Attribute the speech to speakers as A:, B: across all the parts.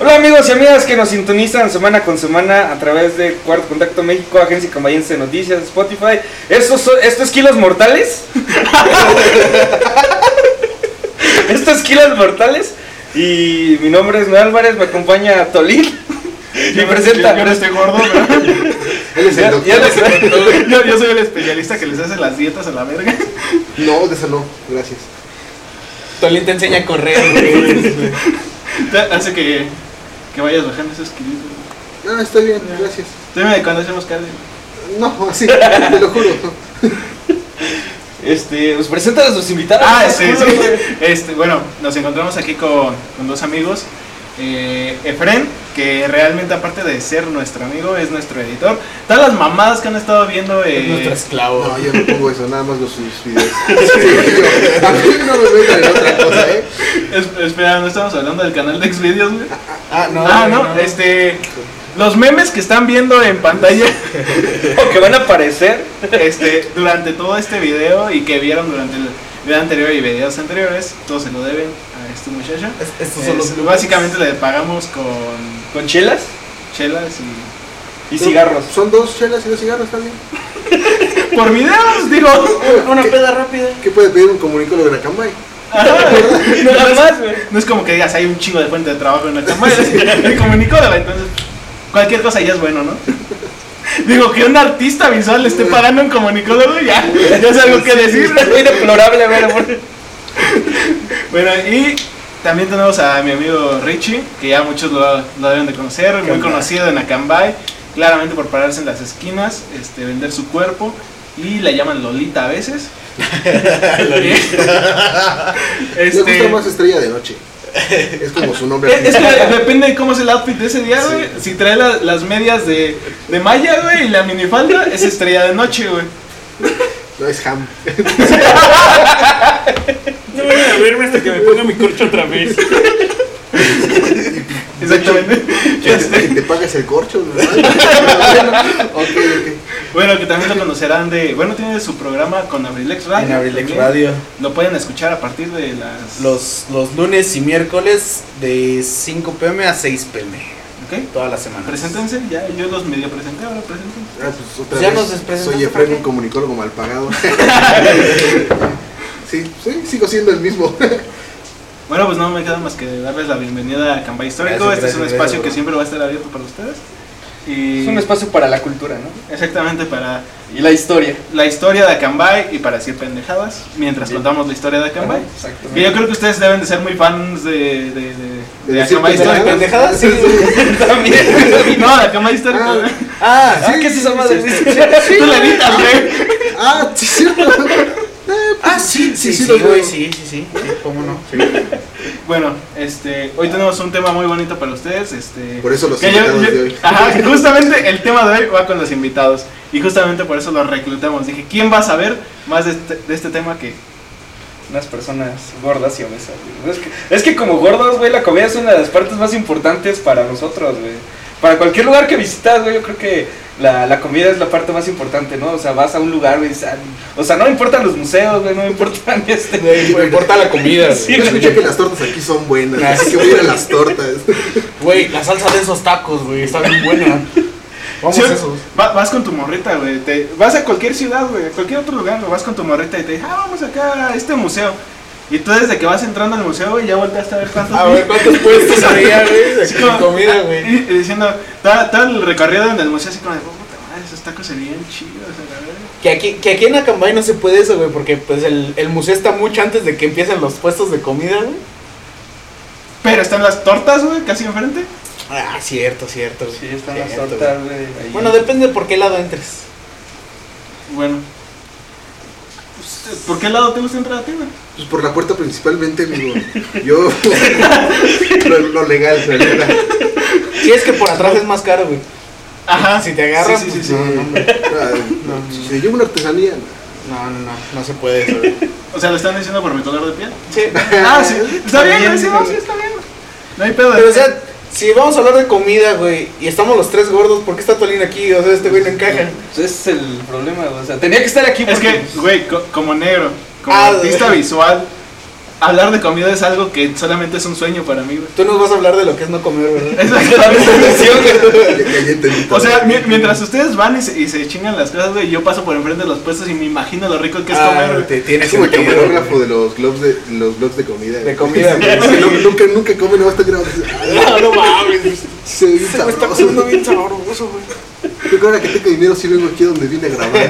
A: Hola amigos y amigas que nos sintonizan semana con semana a través de Cuarto Contacto México, Agencia Camayense de Noticias, Spotify. ¿Estos son- ¿Esto es Kilos Mortales? ¿Esto es Kilos Mortales? Y mi nombre es Noé Álvarez, me acompaña Tolín. Y presenta.
B: Yo no estoy gordo, ¿verdad?
C: Él es el
A: Ya-
C: doctor.
A: ya les-
B: yo, yo soy el especialista que les hace las dietas a la verga.
C: No, de eso no, gracias.
D: Tolín te enseña a correr, güey.
B: Te hace que, que vayas bajando esos kilitos.
C: No, estoy bien, gracias.
B: Dime de cuando hacemos cardio.
C: No, así, te lo juro.
A: Este, pues presenta a sus invitados.
B: Ah, sí, sí. Este, bueno, nos encontramos aquí con, con dos amigos. Eh, Efren, que realmente aparte de ser nuestro amigo, es nuestro editor. Todas las mamadas que han estado viendo... eh,
D: Es nuestro esclavo.
C: No, yo no pongo eso, nada más los sus videos. Sí, yo- a mí no me vengan en otra cosa, ¿eh?
B: es- espera, no estamos hablando del canal de Xvideos, güey.
D: ah, no.
B: ah, no, este... Los memes que están viendo en pantalla
A: O que van a aparecer.
B: este, durante todo este video y que vieron durante el video anterior y videos anteriores, todos se lo deben a este muchacho.
D: Es- estos son
B: Es-
D: los
B: básicamente le pagamos con
A: Con chelas
B: chelas y
A: y cigarros.
C: Son dos chelas y dos cigarros también.
B: por videos, digo.
D: Una peda rápida.
C: ¿Qué puede pedir un comunicólogo de Nakambay?
B: Ajá.
A: Nada más, güey.
B: No es como que digas, hay un chivo de fuente de trabajo en la cámara, me comunicó entonces cualquier cosa ya es bueno, ¿no? Digo, que un artista visual le esté pagando un comunicólogo ya, ya es algo que decir.
A: Muy deplorable, güey. amor.
B: Bueno, y también tenemos a mi amigo Richie, que ya muchos lo, lo deben de conocer, muy conocido en Acambay, claramente por pararse en las esquinas, este, vender su cuerpo, y la llaman Lolita a veces.
C: Me gusta
B: este,
C: más estrella de noche. Es como su nombre.
B: es, es que depende de cómo es el outfit de ese día, güey. Si trae la- las medias de, de malla, güey, y la minifalda, es estrella de noche, güey.
C: No es ham.
D: No voy a verme hasta que me ponga mi corcho otra vez.
B: Exactamente. Este,
C: Que te pagues el corcho, ¿verdad? ok, ok.
B: Bueno, que también lo conocerán de. Bueno, tiene su programa con Abrilex Radio.
D: En Abrilex
B: también.
D: Radio.
B: Lo pueden escuchar a partir de las.
D: Los, los lunes y miércoles de 5 pm a 6 pm.
B: Ok.
D: Toda la semana.
B: Preséntense, ya yo los medio presenté, ahora preséntense.
C: Ah, pues otra
D: Ya
C: vez.
D: nos despresentaste,
C: Soy Efraín,
D: ¿para
C: un
D: qué?
C: comunicólogo mal pagado. sí, sí, sigo siendo el mismo.
B: Bueno, pues no me queda más que darles la bienvenida a Cambay Histórico.
D: Gracias,
B: este es un
D: gracias,
B: espacio
D: gracias,
B: que
D: bro.
B: siempre va a estar abierto para ustedes. Y
A: Es un espacio para la cultura, ¿no?
B: exactamente para
A: Y la historia.
B: la historia de Acambay y para decir pendejadas mientras contamos la historia de Acambay. Que yo
A: Exactamente.
B: creo que ustedes deben de ser muy fans de, de, de, de,
C: decir
B: Acambay
D: ¿Estoy
B: Histórico.
D: pendejada? Sí.
A: También.
B: No, de Acambay Histórico.
C: Ah.
B: güey.
D: Ah,
A: Ah, ¿qué es esa madre?
B: Tú le editas, güey.
C: ah, sí, cierto.
D: Ah, sí, sí,
C: Sí,
D: sí,
C: sí, los
D: güey,
C: veo.
D: sí, sí, sí, sí, cómo no.
B: Bueno, este, hoy tenemos un tema muy bonito para ustedes, este.
C: Por eso los
B: que yo-
C: invitados
B: yo-
C: de hoy.
B: Ajá, justamente el tema de hoy va con los invitados y justamente por eso los reclutamos. Dije, ¿quién va a saber más de este, de este tema que?
A: Unas personas gordas y obesas, güey. Es que, es que como gordos, güey, la comida es una de las partes más importantes para nosotros, güey. Para cualquier lugar que visitas, güey, yo creo que la, la comida es la parte más importante, ¿no? O sea, vas a un lugar, güey, y sal- o sea, no me importan los museos, güey, no me importan este...
D: Güey, me importa la comida.
A: Sí,
C: Yo escuché que las tortas aquí son buenas,
D: Ah,
C: así que voy a ir a las tortas.
D: Güey, la salsa de esos tacos, güey, está bien buena. Vamos
B: Sí,
D: a esos.
B: va- vas con tu morrita, güey. te- vas a cualquier ciudad, güey, a cualquier otro lugar, güey, vas con tu morrita y te dije, ah, vamos acá a este museo. Y tú desde que vas entrando al museo, güey, ya volteaste a ver cuántos.
D: A ver cuántos puestos había, güey, de
B: Sí, como-
D: comida, güey.
B: Y, y diciendo, todo, todo el recorrido en el museo así como de, "Oh, puta madre, esos tacos se veían chidos, a la verga".
D: Que aquí, que aquí en Acambay no se puede eso, güey, porque pues el, el museo está mucho antes de que empiecen los puestos de comida, güey.
B: Pero están las tortas, güey, casi enfrente.
D: Ah, cierto, cierto. güey.
A: Sí, están las
D: Cierto,
A: tortas, güey. ahí.
D: güey. Bueno, depende de por qué lado entres.
B: Bueno. Usted, ¿Por qué lado te gusta entrar a ti, güey?
C: Pues por la puerta principalmente, amigo. Yo. lo, lo legal, la neta.
D: Si es que por atrás es más caro, güey.
B: Ajá.
D: Si te agarran,
B: Sí, sí, sí,
D: pues,
B: sí.
D: no, no, hombre.
C: Ay,
D: No,
C: Si se lleva una artesanía.
D: no, no, no, no se puede eso, güey.
B: O sea, lo están diciendo por mi color de piel.
D: Sí.
B: Ah, sí. Está bien,
A: bien,
B: güey, sí,
A: güey.
B: no, sí, está bien. No hay pedo.
D: Pero o sea, si vamos a hablar de comida, güey, y estamos los tres gordos, ¿por qué está Tolín aquí? O sea, este güey no encaja.
A: Ese es el problema, o sea, tenía que estar aquí
B: es
A: porque- pues,
B: que, güey, co- como negro, como
D: Ah,
B: artista
D: güey.
B: visual, hablar de comida es algo que solamente es un sueño para mí, güey.
D: Tú nos vas a hablar de lo que es no comer, ¿verdad?
C: Que caí enterito.
B: O sea, mi- mientras ustedes van y se, y se chingan las cosas, güey, yo paso por enfrente de los puestos y me imagino lo rico que es
D: Ah,
B: comer, güey.
D: te
C: Es
D: tienes
C: como el
D: entendido,
C: camarógrafo de los globs de, los globs de comida.
D: De comida,
C: güey. Es que no- nunca, nunca come, no va a estar grabando.
D: güey. Ah, No, no mames.
C: Se ve bien
D: Se me está
C: sabroso.
D: poniendo bien sabroso, güey.
C: Yo creo que ahora que tengo dinero si vengo aquí donde vine a grabar.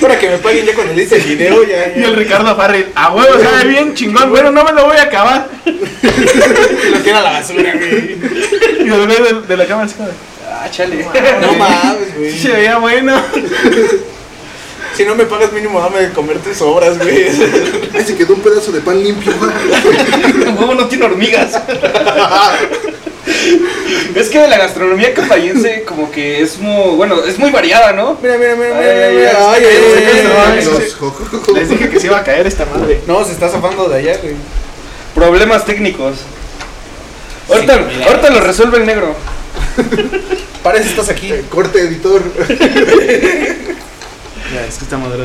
D: Para que me paguen ya cuando le hice el video, ya.
B: Y
D: ya.
B: el Ricardo Farrell, a huevo, sabe bien chingón, bueno, no me lo voy a acabar.
D: Y lo tira a la basura, güey.
B: Y lo veo de, de la cámara así como de,
A: Ah, chale.
D: No mames, güey.
B: "Sí se veía bueno.
D: Si no me pagas mínimo, dame de comer tus obras, güey.
C: Ahí se quedó un pedazo de pan limpio.
A: huevo no tiene hormigas. es que de la gastronomía campayense como que es muy, bueno, es muy variada, ¿no?
D: Mira, mira, mira,
A: Ay,
D: mira,
A: ay,
D: mira.
A: ay,
D: Ay,
A: ay,
D: ay, ay,
A: ay,
D: ay,
A: ay,
D: ay.
C: Los jo- jo- jo- jo-
B: Les dije que se iba a caer esta madre.
D: No, se está zafando de allá, güey.
A: Problemas técnicos. Ahorita,
D: Sí, mira.
A: ahorita lo resuelve el negro.
D: Para eso estás aquí.
C: Eh, Corte editor.
B: Ya, es que esta madre.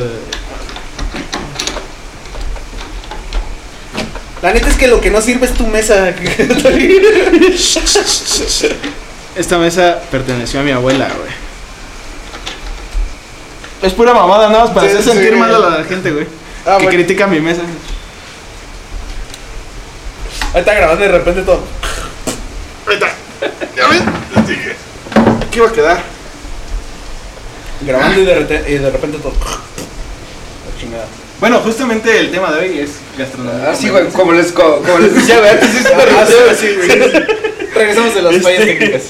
D: La neta es que lo que no sirve es tu mesa.
B: Esta mesa perteneció a mi abuela, güey. Es pura mamada, nada más para
D: Sí,
B: hacer
D: sí,
B: sentir
D: güey.
B: mal a la gente, güey.
D: Ah,
B: que
D: bueno.
B: critica mi mesa.
D: Ahí está grabando de repente todo.
C: ¿Qué va a quedar?
D: Grabando y de, rete- y de repente todo. La chingada.
B: Bueno, justamente el tema de hoy es gastronomía.
A: Así, Ah, güey, como les, co- como les decía, güey, antes hice una
D: Ah,
A: revisión.
D: sí, güey. Regresamos de las fallas técnicas.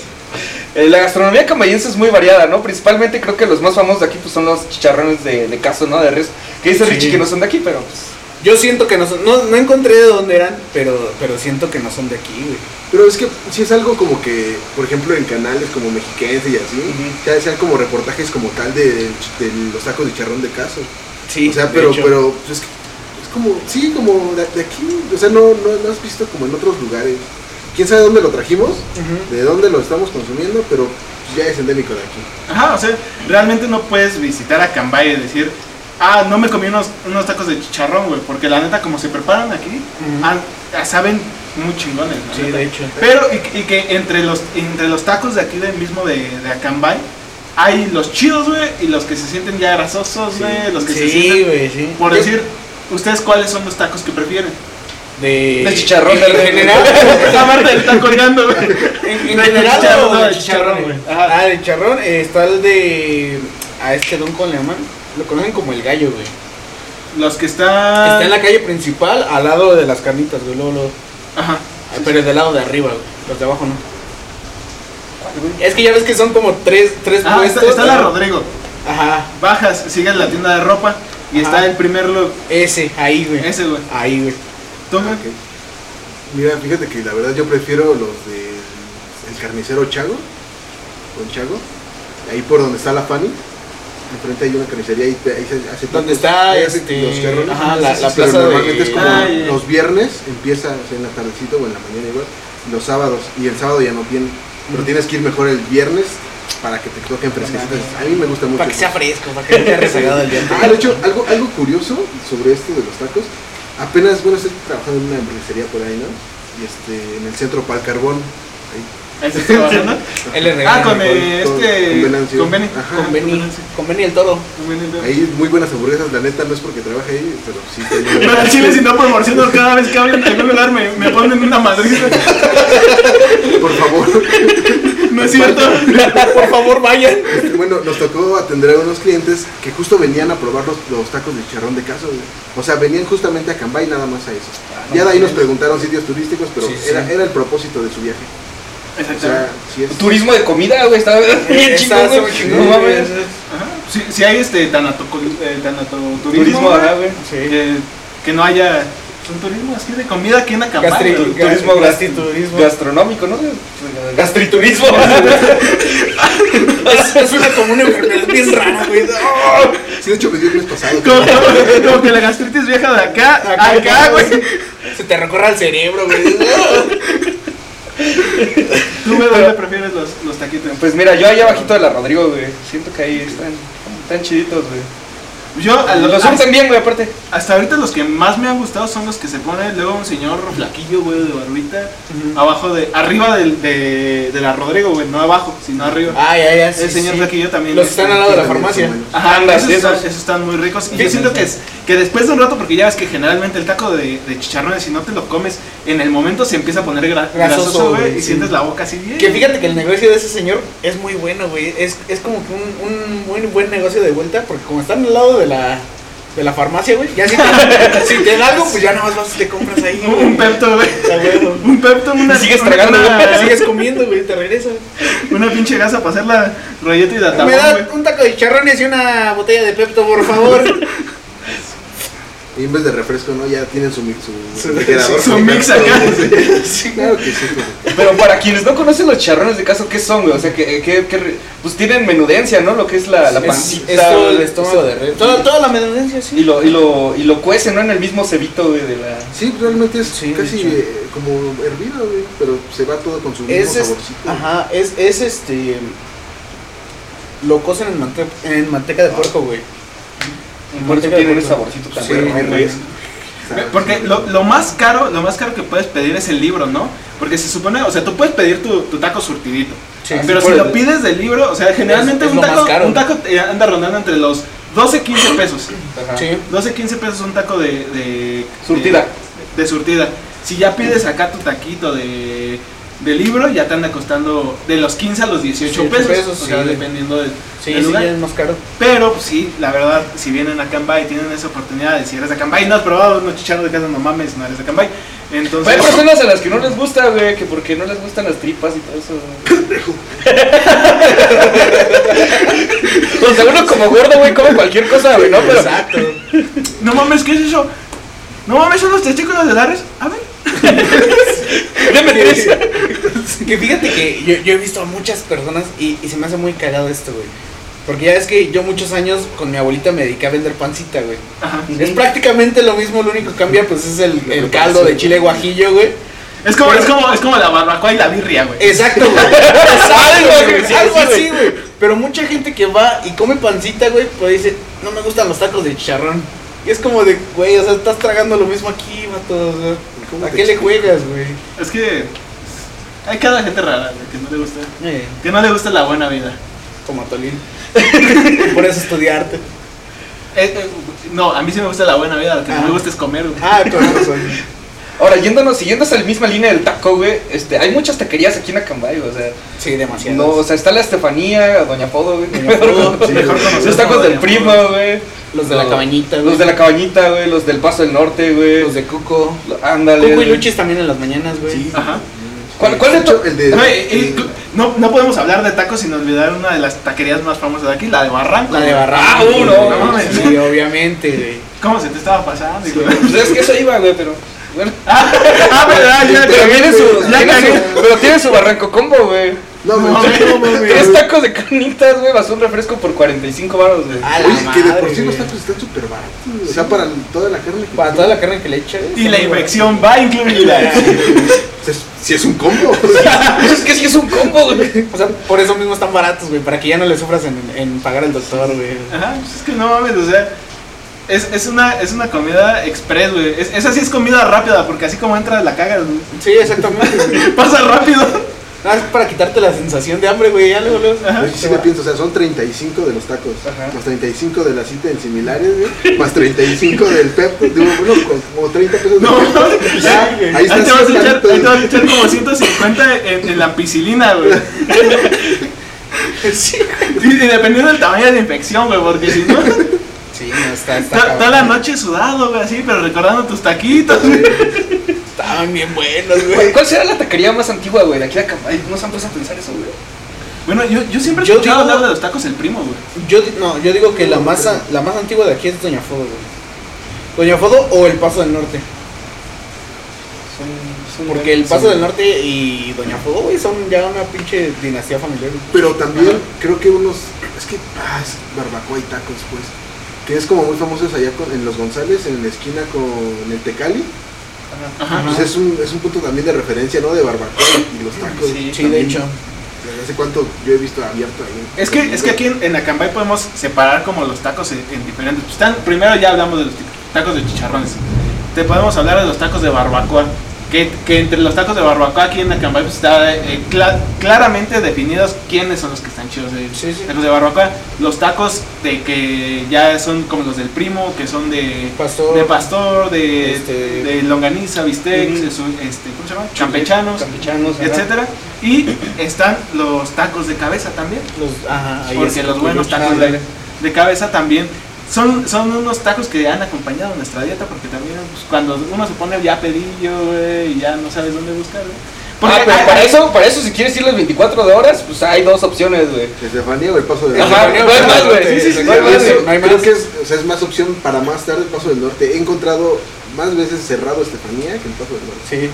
A: Eh, la gastronomía camayense es muy variada, ¿no? Principalmente creo que los más famosos de aquí pues, son los chicharrones de, de caso, ¿no? De res. Que dice
D: Sí.
A: Richie que no son de aquí, pero pues.
D: Yo siento que no son. No, no encontré de dónde eran, pero, pero siento que no son de aquí, güey.
C: Pero es que si es algo como que, por ejemplo, en canales como mexiquense y así,
A: Ujú.
C: ya sean como reportajes como tal de, de los tacos de charrón de caso.
D: Sí,
C: o sea,
D: de
C: pero,
D: hecho.
C: pero pues, es, que- es como, sí, como de, de aquí. O sea, no, no, no has visto como en otros lugares. ¿Quién sabe dónde lo trajimos?
D: Ujú.
C: ¿De dónde lo estamos consumiendo? Pero pues, ya es endémico de aquí.
B: Ajá, o sea, realmente no puedes visitar a Cambay y decir, ah, no me comí unos, unos tacos de chicharrón, güey, porque la neta, como se preparan aquí,
D: Ujú.
B: ah, ah, saben muy chingones, la
D: Sí,
B: neta.
D: de hecho.
B: Pero, y, y que entre los, entre los tacos de aquí, del mismo de, de Acambay, hay los chidos, güey, y los que se sienten ya grasosos, güey, Eh, los que se
D: Sí,
B: sienten.
D: güey, sí.
B: Por decir, ¿ustedes cuáles son los tacos que prefieren?
D: De,
A: De chicharrón,
D: en
A: de-
D: general.
B: Esa parte está colgando, güey.
D: En, en
B: De
D: general
B: chicharrón,
D: o
B: no,
D: de
B: de chicharrón,
D: chicharrón,
B: güey.
D: güey. Ah, de chicharrón eh, está el de. A este Don Coleman. Lo conocen como el gallo, güey.
B: Los que están.
D: Está en la calle principal, al lado de las carnitas, güey. Luego, luego.
B: Ajá.
D: Ah, Pero el del lado de arriba, güey. Los de abajo no. Es que ya ves que son como tres, tres
B: Ah, está,
D: puestos.
B: está la Rodrigo.
D: Ajá,
B: Bajas, sigues la tienda de ropa y
D: Ajá.
B: está el primer look.
D: ese, ahí, güey.
B: Ese, güey.
D: Ahí, güey.
B: Toma.
C: Ok. Mira, fíjate que la verdad yo prefiero los de el carnicero Chago, con Chago, ahí por donde está la Fanny, enfrente hay una carnicería y te- ahí se hace tacos.
D: Donde está,
C: Ahí hacen
D: este,
C: los charrones.
D: ajá, la- la
C: pero
D: plaza
C: normalmente
D: de-
C: es como
B: Ah, ya.
C: los viernes empieza o sea, en la tardecita o en la mañana igual, y los sábados y el sábado ya no tienen, pero tienes que ir mejor el viernes para que te toquen fresquecitas. A mí me gusta mucho.
D: Para que
C: eso.
D: sea fresco, para que no sea rezagado el día.
C: Ah, de hecho, algo, algo curioso sobre esto de los tacos. Apenas, bueno, estoy trabajando en una hamburguesería por ahí, ¿no? Y este, en el centro Pal Carbón. ahí.
B: Ese está bajando.
D: Él le
B: Ah,
D: regala.
B: con
D: el
B: eh,
C: con-
B: este.
C: con Venancio.
B: Con Beni.
C: Ajá.
B: Con
D: Conveni,
B: Venancio.
D: conveni el toro.
B: Con Beni.
C: Ahí muy buenas hamburguesas, la neta no es porque trabaje ahí, pero sí.
B: Pero al chile, si no promociono cada vez que hablan de algún lugar, me, me ponen una madriza.
C: Por favor.
B: No es cierto.
D: Ah, Por favor, vayan.
C: Este, bueno, nos tocó atender a unos clientes que justo venían a probar los, los tacos de charrón de caso. güey. O sea, venían justamente a Cambay nada más a eso. ya de ahí nos preguntaron sitios turísticos, pero
D: Ah, Sí, sí.
C: era, era el propósito de su viaje. O sea,
B: Exactamente.
C: sí es.
A: Turismo de comida, güey, está bien
D: Está-
A: chingón,
D: está
A: güey.
D: muy
A: No
D: chingón, güey.
A: mames.
B: Ajá. Si, si hay este tanatoco- eh, tanatoturismo,
A: Turismo,
B: güey,
A: ajá, güey.
D: Sí.
B: que, que no haya un turismo así de comida aquí en Acapulco.
D: Gastri-
B: güey.
D: ga-
A: Turismo
D: gastriturismo.
A: gastronómico, ¿no? Gastriturismo.
D: Eso suena como una enfermedad bien rara, güey.
C: Sí, de hecho me dio el mes pasado.
B: Como, que- como que la gastritis viaja de acá,
D: Acá,
B: acá, acá güey.
D: Se te recorre al cerebro, güey.
B: ¿Tú, güey, dónde prefieres los, los taquitos?
A: Pues mira, yo ahí abajito de la Rodrigo, güey. Siento que ahí están, están chiditos, güey.
B: Yo, a lo-
A: Lo surten bien, güey, aparte.
B: hasta ahorita los que más me han gustado son los que se pone luego un señor flaquillo, güey, de barbita, abajo de, arriba del- de, de la Rodrigo, güey, no abajo, sino arriba.
D: Ah, ya, ya.
B: El señor flaquillo también.
D: Los
B: es-
D: están al lado de la farmacia.
B: Ajá,
A: Andas,
B: esos,
A: de
B: están,
A: Ah, esos.
B: esos están muy ricos. Y
A: Sí,
B: yo siento
A: sí.
B: que, es, que después de un rato, porque ya ves que generalmente el taco de, de chicharrones, si no te lo comes, en el momento se empieza a poner gra-
D: Grasoso,
B: grasoso, güey,
D: güey,
B: y
D: sí.
B: sientes la boca así bien.
D: Que fíjate que el negocio de ese señor es muy bueno, güey. Es, es como que un, un muy buen negocio de vuelta, porque como están al lado de la, de la farmacia, güey, ya si te, si te da algo, pues ya nada más vas y te compras ahí.
B: Un, un pepto, güey.
D: A huevo.
B: Un pepto, una,
A: Y sigues
B: una-
A: tragando,
B: una,
A: güey.
D: Sigues comiendo, güey, te regresa.
B: una pinche gasa para hacer la rolleta y la
D: Me da
B: tabla,
D: un taco de charrones y una botella de Pepto, por favor.
C: Y en vez de refresco, ¿no? Ya tienen su, mi- su,
B: Su-
C: refrigerador
B: su
C: con
B: mix
C: Pepto,
B: acá.
C: güey. Sí, claro que sí. güey.
A: Pero para quienes no conocen los charrones de caso, ¿qué son, güey? O sea, que, que- que- pues tienen menudencia, ¿no? Lo que es la, la pancita. güey.
D: de red. Toda, toda la menudencia,
A: Y
D: sí.
A: lo, y lo, y lo cuecen, ¿no? En el mismo cebito, güey, de la...
C: Sí, realmente es
D: Sí, de
C: casi
D: hecho.
C: eh, como hervido, güey. Pero se va todo con su mismo
D: Es, es-
C: saborcito.
D: ajá, es, es este. Lo cocen en, mante- en manteca de puerco, güey.
A: Por eso tiene un saborcito tan
C: Sí,
A: perro,
C: muy
A: güey.
C: rico.
B: güey. Porque lo, lo más caro, lo más caro que puedes pedir es el libro, ¿no? Porque se supone, o sea, tú puedes pedir tu, tu taco surtidito. Pero si
A: Por
B: lo
A: el-
B: pides del libro, o sea, generalmente
D: Es- es
B: un,
D: lo más
B: taco,
D: caro.
B: un taco te anda rondando entre los 12, 15 pesos.
A: Ajá.
D: Sí.
B: 12, 15 pesos un taco de. de
A: Surtida.
B: De, de surtida. Si ya pides acá tu taquito de, de libro, ya te anda costando de los 15 a los 18
D: 18
B: pesos.
D: pesos,
B: o sea,
D: sí.
B: dependiendo del,
D: Sí,
B: del
D: sí,
B: lugar.
D: ya es más caro.
B: Pero pues, sí, la verdad, si vienen a Cambay y tienen esa oportunidad, de, si eres de Cambay y no has probado unos chicharros de casa, no mames, no eres de Cambay.
A: Pero Pues hay
B: Entonces.
A: personas a las que no les gusta, güey, que porque no les gustan las tripas y todo eso. güey. o sea, uno como gordo, güey, come cualquier cosa, güey, ¿no? Pero
D: Exacto.
B: No mames, ¿qué es eso? No mames, son los testículos de Lares. A ver.
A: deme tres.
D: Que fíjate que yo, yo he visto a muchas personas y, y se me hace muy cagado esto, güey. Porque ya es que yo muchos años con mi abuelita me dediqué a vender pancita, güey.
B: Ajá.
D: Es prácticamente lo mismo, lo único que cambia pues es el, el caldo de chile guajillo, güey.
B: Es como, es como, es como la barbacoa y la birria, güey.
D: Exacto, güey.
A: Algo,
D: Algo,
A: güey,
D: güey.
A: sí,
D: Algo
A: sí,
D: así, güey. Pero mucha gente que va y come pancita, güey, pues dice, no me gustan los tacos de chicharrón. Y es como de, güey, o sea, estás tragando lo mismo aquí, vato. o sea,
C: ¿Cómo
D: ¿A
C: te
D: qué le
C: explico?
D: juegas, güey?
B: Es que hay cada gente rara, güey, que no le gusta.
D: Eh,
B: Que no le gusta la buena vida.
D: como Tolín. Por eso estudiarte.
B: Eh, eh, no, a mí sí me gusta la buena vida, lo que no
D: Ah.
B: me gusta es comer, güey.
D: Ah, con razón.
A: Ahora, yéndonos, siguiendo esa misma línea del taco, güey, este, hay muchas taquerías aquí en Acambay, o sea,
D: Sí, demasiado.
A: no, o sea, está la Estefanía, Doña Podo, güey.
D: Doña Podo,
B: sí, mejor conocido
A: los tacos
B: como
A: del
B: Doña
A: primo,
B: Podo.
A: güey.
D: los de la
A: No.
D: cabañita, güey.
A: Los de la cabañita, güey, los del Paso del Norte, güey.
D: Los de Cuco.
A: Ándale.
D: Cuco y
A: güey.
D: Luchis también en las mañanas, güey.
C: Sí.
B: Ajá.
A: ¿Cuál- cuál de
C: hecho,
A: to-
C: el de.
B: Güey, eh, eh, no, no podemos hablar de tacos sin olvidar una de las taquerías más famosas de aquí, la de Barranco.
D: La de
B: güey.
D: Barranco.
A: Ah, uno.
D: güey.
B: No mames.
D: Sí, obviamente, güey.
B: ¿Cómo se te estaba pasando? hijo?
A: Pues es que eso iba, güey, pero. Bueno.
B: ah, verdad, ya,
A: Pero tiene su,
B: ya
A: tiene
B: cagué.
A: su- pero tiene su barranco combo, güey.
C: No,
B: No,
C: mames, no,
A: Tres
C: mames.
A: tacos de carnitas, güey, más un refresco por 45 baros, güey.
D: A la
C: Oye, que de por
D: madre,
C: sí los
D: güey.
C: tacos están súper baratos. O sea, para toda la carne. que
D: Para toda la carne que le echa.
B: Y la infección va incluida.
C: Si es, sí es un combo.
A: Pues es que sí es un combo, güey.
D: O sea, por eso mismo están baratos, güey. Para que ya no le sufras en, en pagar al doctor, güey.
B: Ajá, pues es que no mames, o sea, es, es, una, es una comida express, güey. Es, esa sí es comida rápida, porque así como entras la cagas, güey.
D: Sí, exactamente. güey.
B: Pasa rápido.
D: Nada más para quitarte la sensación de hambre, güey. Ya luego, luego.
B: Ajá.
C: Pero sí me pienso, o sea, son 35 de los tacos.
A: Ajá.
C: Más 35 de la cita en similares, güey. Más 35 del pep. pues, Digo, bueno, con- como 30 pesos. de
B: No,
C: Pepto. Ya,
B: ahí,
C: ahí está
B: te vas a echar,
C: sentadito.
B: ahí te vas a echar como 150 en, en la piscina, güey.
D: Sí,
B: Y, y dependiendo del tamaño de la infección, güey, porque si no, to-
D: sí no, está, está.
B: toda
D: cabrón.
B: la noche sudado, güey, así, pero recordando tus taquitos, güey.
D: Estaban bien buenos,
A: Güey,
D: güey.
A: ¿Cuál será la taquería más antigua, güey? De aquí de Acambay. No se han puesto a pensar eso, güey.
B: Bueno, yo, yo siempre he
D: Yo
B: escuchado
D: digo-
B: hablar de los tacos el primo, güey.
D: Yo, di- no, yo digo que la más, a- la más antigua de aquí es Doña Fodo, güey. Doña Fodo o el Paso del Norte.
A: Son- son
D: Porque el
A: buenos,
D: Paso
A: son-
D: del Norte y Doña Fodo, güey, son ya una pinche dinastía familiar. güey.
C: Pero también
B: Ajá.
C: creo que unos. Es que. Ah, es barbacoa y tacos, pues. Que es como muy famosos allá con- en Los González, en la esquina con el Tecali.
B: Ajá.
C: Pues es un, es un punto también de referencia, ¿no? De barbacoa y los tacos.
D: Sí, de hecho.
C: Desde hace cuánto yo he visto abierto ahí.
B: Es que, es que aquí en, en Acambay podemos separar como los tacos en, en diferentes. pues están- primero ya hablamos de los tic- tacos de chicharrones. Te podemos hablar de los tacos de barbacoa. Que, que entre los tacos de barbacoa aquí en Acambay pues está eh, cla- claramente definidos quiénes son los que están chidos. de
D: Sí, sí.
B: Tacos de barbacoa. Los tacos de que ya son como los del primo, que son de
D: Pastor.
B: de, pastor, de,
D: Este-
B: de longaniza, bistec,
A: Ujú.
B: eso, este, ¿cómo se llama? Campechanos,
A: Campechanos, ajá.
B: etcétera. Y están los tacos de cabeza también.
D: Los, ajá, ahí
B: Porque
D: es- Ah,
B: los buenos tacos de,
A: Ándale.
B: de cabeza también son, son unos tacos que han acompañado nuestra dieta, porque también pues, cuando uno se pone ya pedillo, güey, y ya no sabes dónde buscar, güey. Porque
A: Ah, pero
B: hay-
A: para
B: hay-
A: eso, para eso si quieres ir las 24 de horas, pues hay dos opciones, güey.
C: Estefanía o el paso del
A: Ajá,
C: norte.
A: no hay más, güey.
D: Sí, sí, sí,
A: no hay
D: sí,
A: más,
D: sí.
A: güey.
D: no hay
C: Creo
D: más.
C: que es, o sea, es más opción para más tarde el paso del norte. He encontrado más veces cerrado Estefanía que el paso del norte.
D: Sí.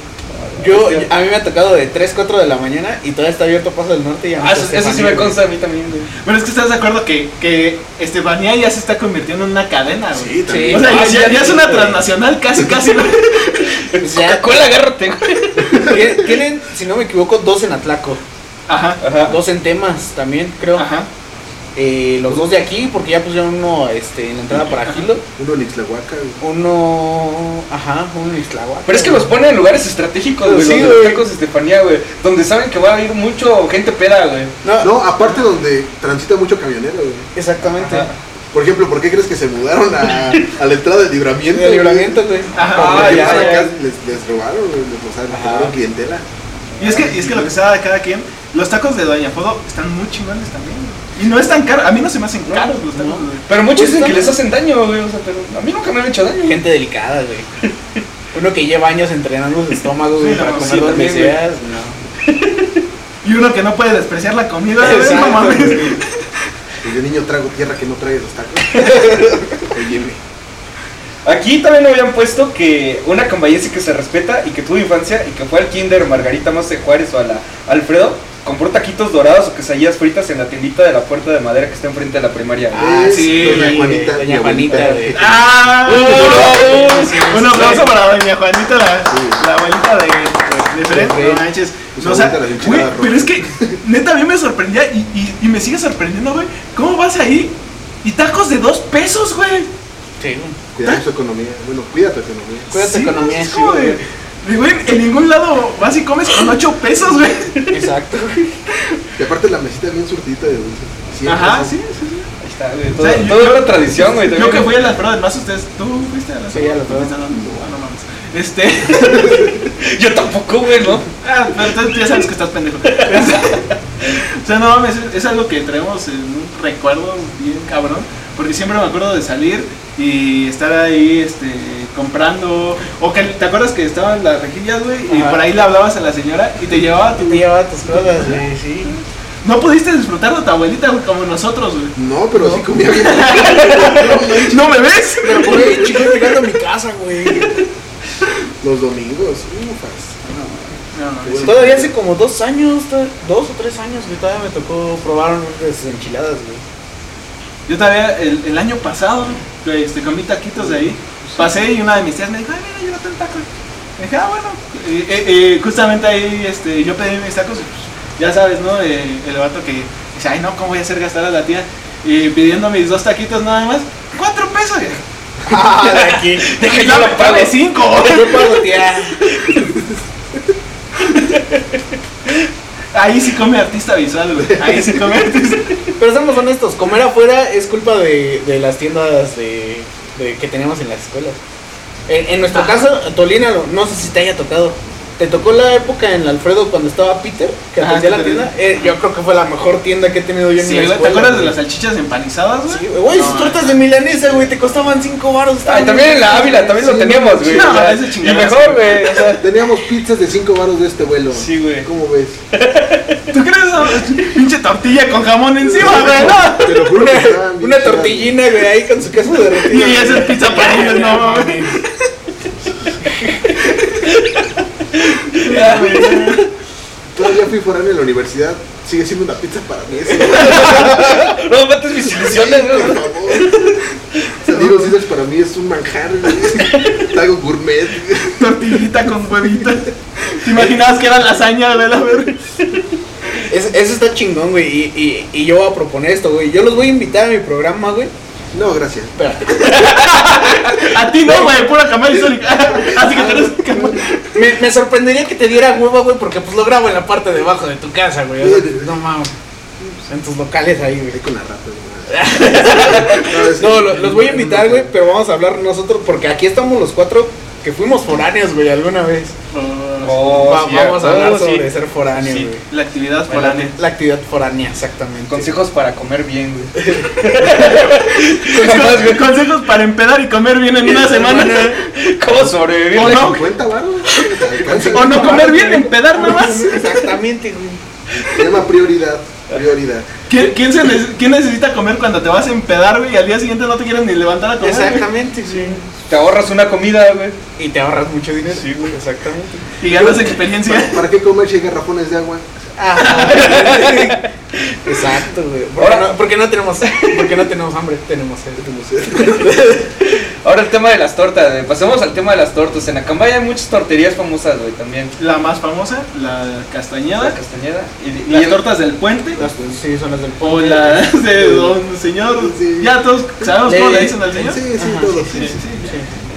D: Yo, a mí me ha tocado de 3, 4 de la mañana y todavía está abierto Paso del Norte y a mí
A: Ah, eso, eso sí me
D: güey.
A: consta a mí también, güey.
B: Pero es que estás de acuerdo que, que Estefanía ya se está convirtiendo en una cadena, güey.
C: Sí, también.
B: O sea,
A: Ah,
B: ya,
A: sí,
B: ya- ya es una
A: güey.
B: transnacional casi, casi. güey.
D: Ya,
A: Coca-Cola, agárrate, güey.
D: tie- Tienen, si no me equivoco, dos en Atlaco,
B: Ajá,
A: Ajá.
D: dos en Temas también, creo.
B: ajá.
D: Eh, los dos de aquí, porque ya pusieron uno este, en la entrada para Gilo.
C: Uno en Ixlahuaca, güey.
D: Uno. Ajá, uno en Ixtlahuaca.
A: Pero es que los ponen en lugares estratégicos, güey.
D: Sí,
A: los de los
D: güey.
A: tacos de Estefanía, güey. Donde saben que va a ir mucho gente peda, güey.
D: No,
C: No, aparte donde transita mucho camionero, güey.
D: exactamente.
A: Ajá.
C: Por ejemplo, ¿por qué crees que se mudaron a, a la entrada del libramiento?
D: El
C: güey?
D: libramiento, güey.
B: Ajá.
C: Porque
A: Ah, ya,
C: acá
A: ya.
C: Les, les robaron, güey, les, o sea, les
A: Ajá.
C: robaron clientela.
B: Y es que, y es que lo que se da de cada quien, los tacos de Doña Fodo están muy chingones también. güey. Y no es tan caro, a mí no se me hacen caros los tacos.
D: no.
B: güey.
A: Pero muchos
D: Pues
A: dicen que
D: está-
A: les hacen daño, güey. O sea, pero a mí nunca me han hecho daño.
D: Gente delicada, güey. Uno que lleva años entrenando su estómago, güey,
B: Sí,
D: para
B: no,
D: comer
B: sí,
D: las
B: también,
D: necesidades. No.
B: Y uno que no puede despreciar la comida, güey, no
D: Exacto,
B: mames.
D: güey.
C: Y de niño trago tierra que no trae los tacos. Oye, güey.
A: Aquí también habían puesto que una cambayense que se respeta y que tuvo infancia y que fue al kinder Margarita Mose Juárez o a la Alfredo, compró taquitos dorados o quesadillas fritas en la tiendita de la puerta de madera que está enfrente de la primaria. güey.
D: Ah,
C: Es
B: sí,
C: Doña Juanita.
D: Doña Juanita, güey.
B: ¡Ah!
A: Uh, sí,
B: un aplauso para Doña Juanita, la,
C: Sí.
B: la abuelita de, pues, de Fred.
D: Sí.
B: No manches.
C: Pues
B: No, o sea,
C: aguanta la
B: güey,
C: enchilada roja.
B: pero es que neta a mí me sorprendía y, y- y me sigue sorprendiendo, güey. ¿Cómo vas ahí? Y tacos de dos pesos, güey.
D: Sí, güey.
C: Cuidado tu economía. Bueno, cuida tu economía.
D: Cuida tu
B: Sí,
D: economía,
B: es
D: sí,
B: como de- de, güey, en ningún lado vas y comes con 8 pesos, güey.
D: Exacto.
C: Y aparte la mesita bien surtidita de dulce. Siempre
B: Ajá,
C: son-
B: sí, sí, sí.
A: Ahí está, güey.
B: O sea,
A: Todo,
B: yo-
A: todo era tradición, güey.
B: Yo
A: también.
B: que fui a las pruebas, más ustedes, tú fuiste a las
D: Sí, a las
B: pruebas.
D: pruebas.
B: Ah, no mames. Este,
A: Yo tampoco, güey, ¿no?
B: ah, pero entonces tú ya sabes que estás pendejo. Este, o sea, no mames, es, es algo que traemos en un recuerdo bien cabrón, porque siempre me acuerdo de salir y estar ahí, este, comprando, o que, ¿te acuerdas que estaban las rejillas, güey? Y
D: Ajá.
B: por ahí le hablabas a la señora y te llevaba tu...
D: Te llevaba tus cosas, güey, sí.
B: No pudiste disfrutar de tu abuelita, güey, como nosotros, güey.
C: No, pero sí comía bien.
B: ¿No me ves?
D: Pero por ahí, chico, llegando a mi casa, güey.
C: Los domingos. ufas.
B: No, no.
D: Todavía hace como dos años, to- dos o tres años, güey, todavía me tocó probar esas enchiladas, güey.
B: Yo todavía el, el año pasado güey, este, comí taquitos de ahí. Pasé y una de mis tías me dijo, ay, mira, yo no tengo tacos. Me dije, ah, bueno. Eh, eh, eh, justamente ahí este, yo pedí mis tacos. y, pues, ya sabes, ¿no? Eh, el vato que dice, ay, no, ¿cómo voy a hacer gastar a la tía? Y pidiendo mis dos taquitos nada más, cuatro pesos.
D: Ah, de aquí.
A: que yo lo pago.
B: de cinco.
D: Yo pago, tía.
B: Ahí sí come artista visual, güey. Ahí sí come artista.
D: Pero seamos honestos, comer afuera es culpa de, de las tiendas de, de- que tenemos en las escuelas. En, en nuestro
B: Ajá.
D: caso, Tolina, no- no sé si te haya tocado. ¿Te tocó la época en Alfredo cuando estaba Peter, que
B: Ajá,
D: atendía
B: sí,
D: la
B: te
D: tienda? Eh, yo creo que fue la mejor tienda que he tenido yo en
B: Sí,
D: mi
B: güey,
D: escuela.
B: ¿Te acuerdas de
D: güey.
B: las salchichas empanizadas, güey?
D: Sí, güey, güey, sus
B: No,
D: tortas de milanesa, güey, te costaban 5 baros.
A: Ay,
D: estaban
A: también en la
D: bien
A: Ávila
D: ricas,
A: también lo
D: sí.
A: teníamos, güey.
B: No,
A: o sea,
B: ese
A: y
B: chingadazo.
A: mejor, güey. O sea,
C: Teníamos pizzas de 5 baros de este vuelo.
A: sí, güey.
C: ¿Cómo ves?
B: ¿Tú crees esa pinche tortilla con jamón encima, güey? No.
C: Te lo juro que estaban Ah, bien
D: Una
C: chidas,
D: tortillina, güey, ahí con su queso
B: Y
D: derretido.
B: ella hace pizza para ellos, no mames. Ya, güey.
C: güey. Todavía fui foráneo en la universidad. Sigue siendo una pizza para mí. Eso,
A: No mates mis ilusiones, güey.
C: por favor. Salir los Caesars para mí es un manjar. güey. Algo gourmet.
B: Tortillita con huevita. ¿Te imaginabas que era lasaña, güey? La verga.
D: Es- eso está chingón, güey. Y, y, y yo voy a proponer esto, güey. Yo los voy a invitar a mi programa, güey.
C: No, gracias.
D: Espérate.
B: A ti no, güey, pura campaña histórica. Así que tú eres
C: Ah,
B: campaña.
D: Me, me sorprendería que te diera hueva, güey, porque pues lo grabo en la parte de abajo de tu casa, güey. O sea, No mames. En tus locales ahí,
C: Ahí
D: güey.
C: con la rata. güey. es-
D: No, lo- los voy a invitar, güey, pero vamos a hablar nosotros, porque aquí estamos los cuatro que fuimos foráneos, güey, alguna vez.
A: Oh,
D: Va-
A: cierto.
D: vamos a hablar
B: Oh, sí.
D: sobre ser foráneo,
B: Sí,
D: güey.
B: la actividad
D: La,
B: foránea.
D: la actividad foránea, exactamente.
A: Consejos para comer bien, güey.
B: Con- Consejos para empedar y comer bien en una semana.
A: ¿Cómo sobrevivir?
B: ¿O
A: de-
B: no?
C: 50 baros.
B: O no comer bien,
D: Ah,
B: empedar nada más.
D: Exactamente, güey.
C: Se llama prioridad. Prioridad.
B: ¿Quién, quién se nece- quién necesita comer cuando te vas a empedar, güey? Y al día siguiente no te quieres ni levantar a comer. güey?
D: Exactamente, sí.
A: Te ahorras una comida, güey.
D: Y te ahorras mucho dinero. Sí, güey, exactamente.
B: Y ganas experiencia.
C: ¿Para qué comer si hay garrafones de agua?
D: Ajá. Exacto, güey. Porque
A: Ahora-
D: no, porque no tenemos porque no tenemos hambre, tenemos sed.
A: Ahora el tema de las tortas, güey. Pasemos al tema de las tortas. En Acambay hay muchas torterías famosas, güey, también.
B: La más famosa, la
A: La
B: castañada.
A: Castañeda. Y, y
B: Las
A: el-
B: tortas del puente.
D: Sí, son las del
B: O las de don señor.
C: Sí.
B: Ya todos sabemos cómo le dicen al
C: Sí,
B: señor.
C: sí,
D: Ajá,
C: todo.
B: Sí, sí, sí.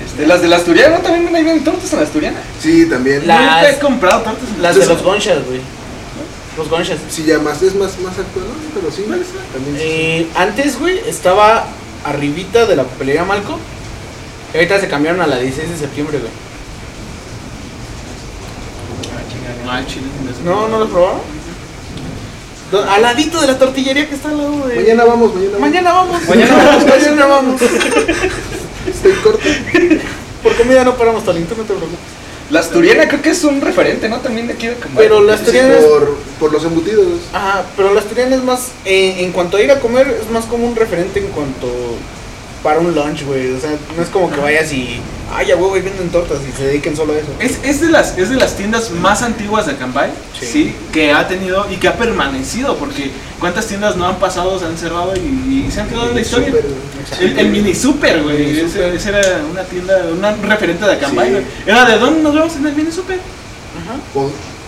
A: este, las de la Asturiana, ¿no? También hay bien tortas en la Asturiana.
C: Sí, también.
D: La-
B: Nunca he
D: Las-
B: comprado tortas. en-
D: Las de los gonchas, güey. Los gonchas.
C: Si llamas, es más, más actual, ¿no? pero sí, también sí.
D: Eh, antes, güey, estaba arribita de la papelería Malco. Y ahorita se cambiaron a la 16 de septiembre, güey.
B: Ah, No, al chile, no.
D: No, no lo probaron. Do- Al ladito de la tortillería que está al lado de.
C: Mañana vamos, mañana vamos.
D: Mañana
A: Mañana
D: vamos.
A: vamos,
D: mañana vamos.
C: Estoy corto.
D: Por comida no paramos talento, no te preocupes.
A: La Asturiana creo que es un referente, ¿no? También de aquí de Acambay.
D: Pero la
C: Sí,
D: asturiana es-
C: por, por los embutidos.
D: Ajá, pero la asturiana es más, eh, en cuanto a ir a comer, es más como un referente en cuanto para un lunch, güey. O sea, no es como que vayas y, ay, ya, güey, venden tortas y se dediquen solo a eso.
B: Es, es, de las, es de las tiendas más antiguas de Acambay, sí.
D: Sí.
B: que ha tenido y que ha permanecido, porque cuántas tiendas no han pasado, se han cerrado y, y se han quedado en la historia.
C: Súper.
B: El, el mini super, güey.
C: Mini
B: Ese,
C: Super.
B: ese era una tienda, una un referente de Acambay,
C: Sí.
B: güey. Era de dónde nos vemos en el mini super.
D: Ajá.
C: O,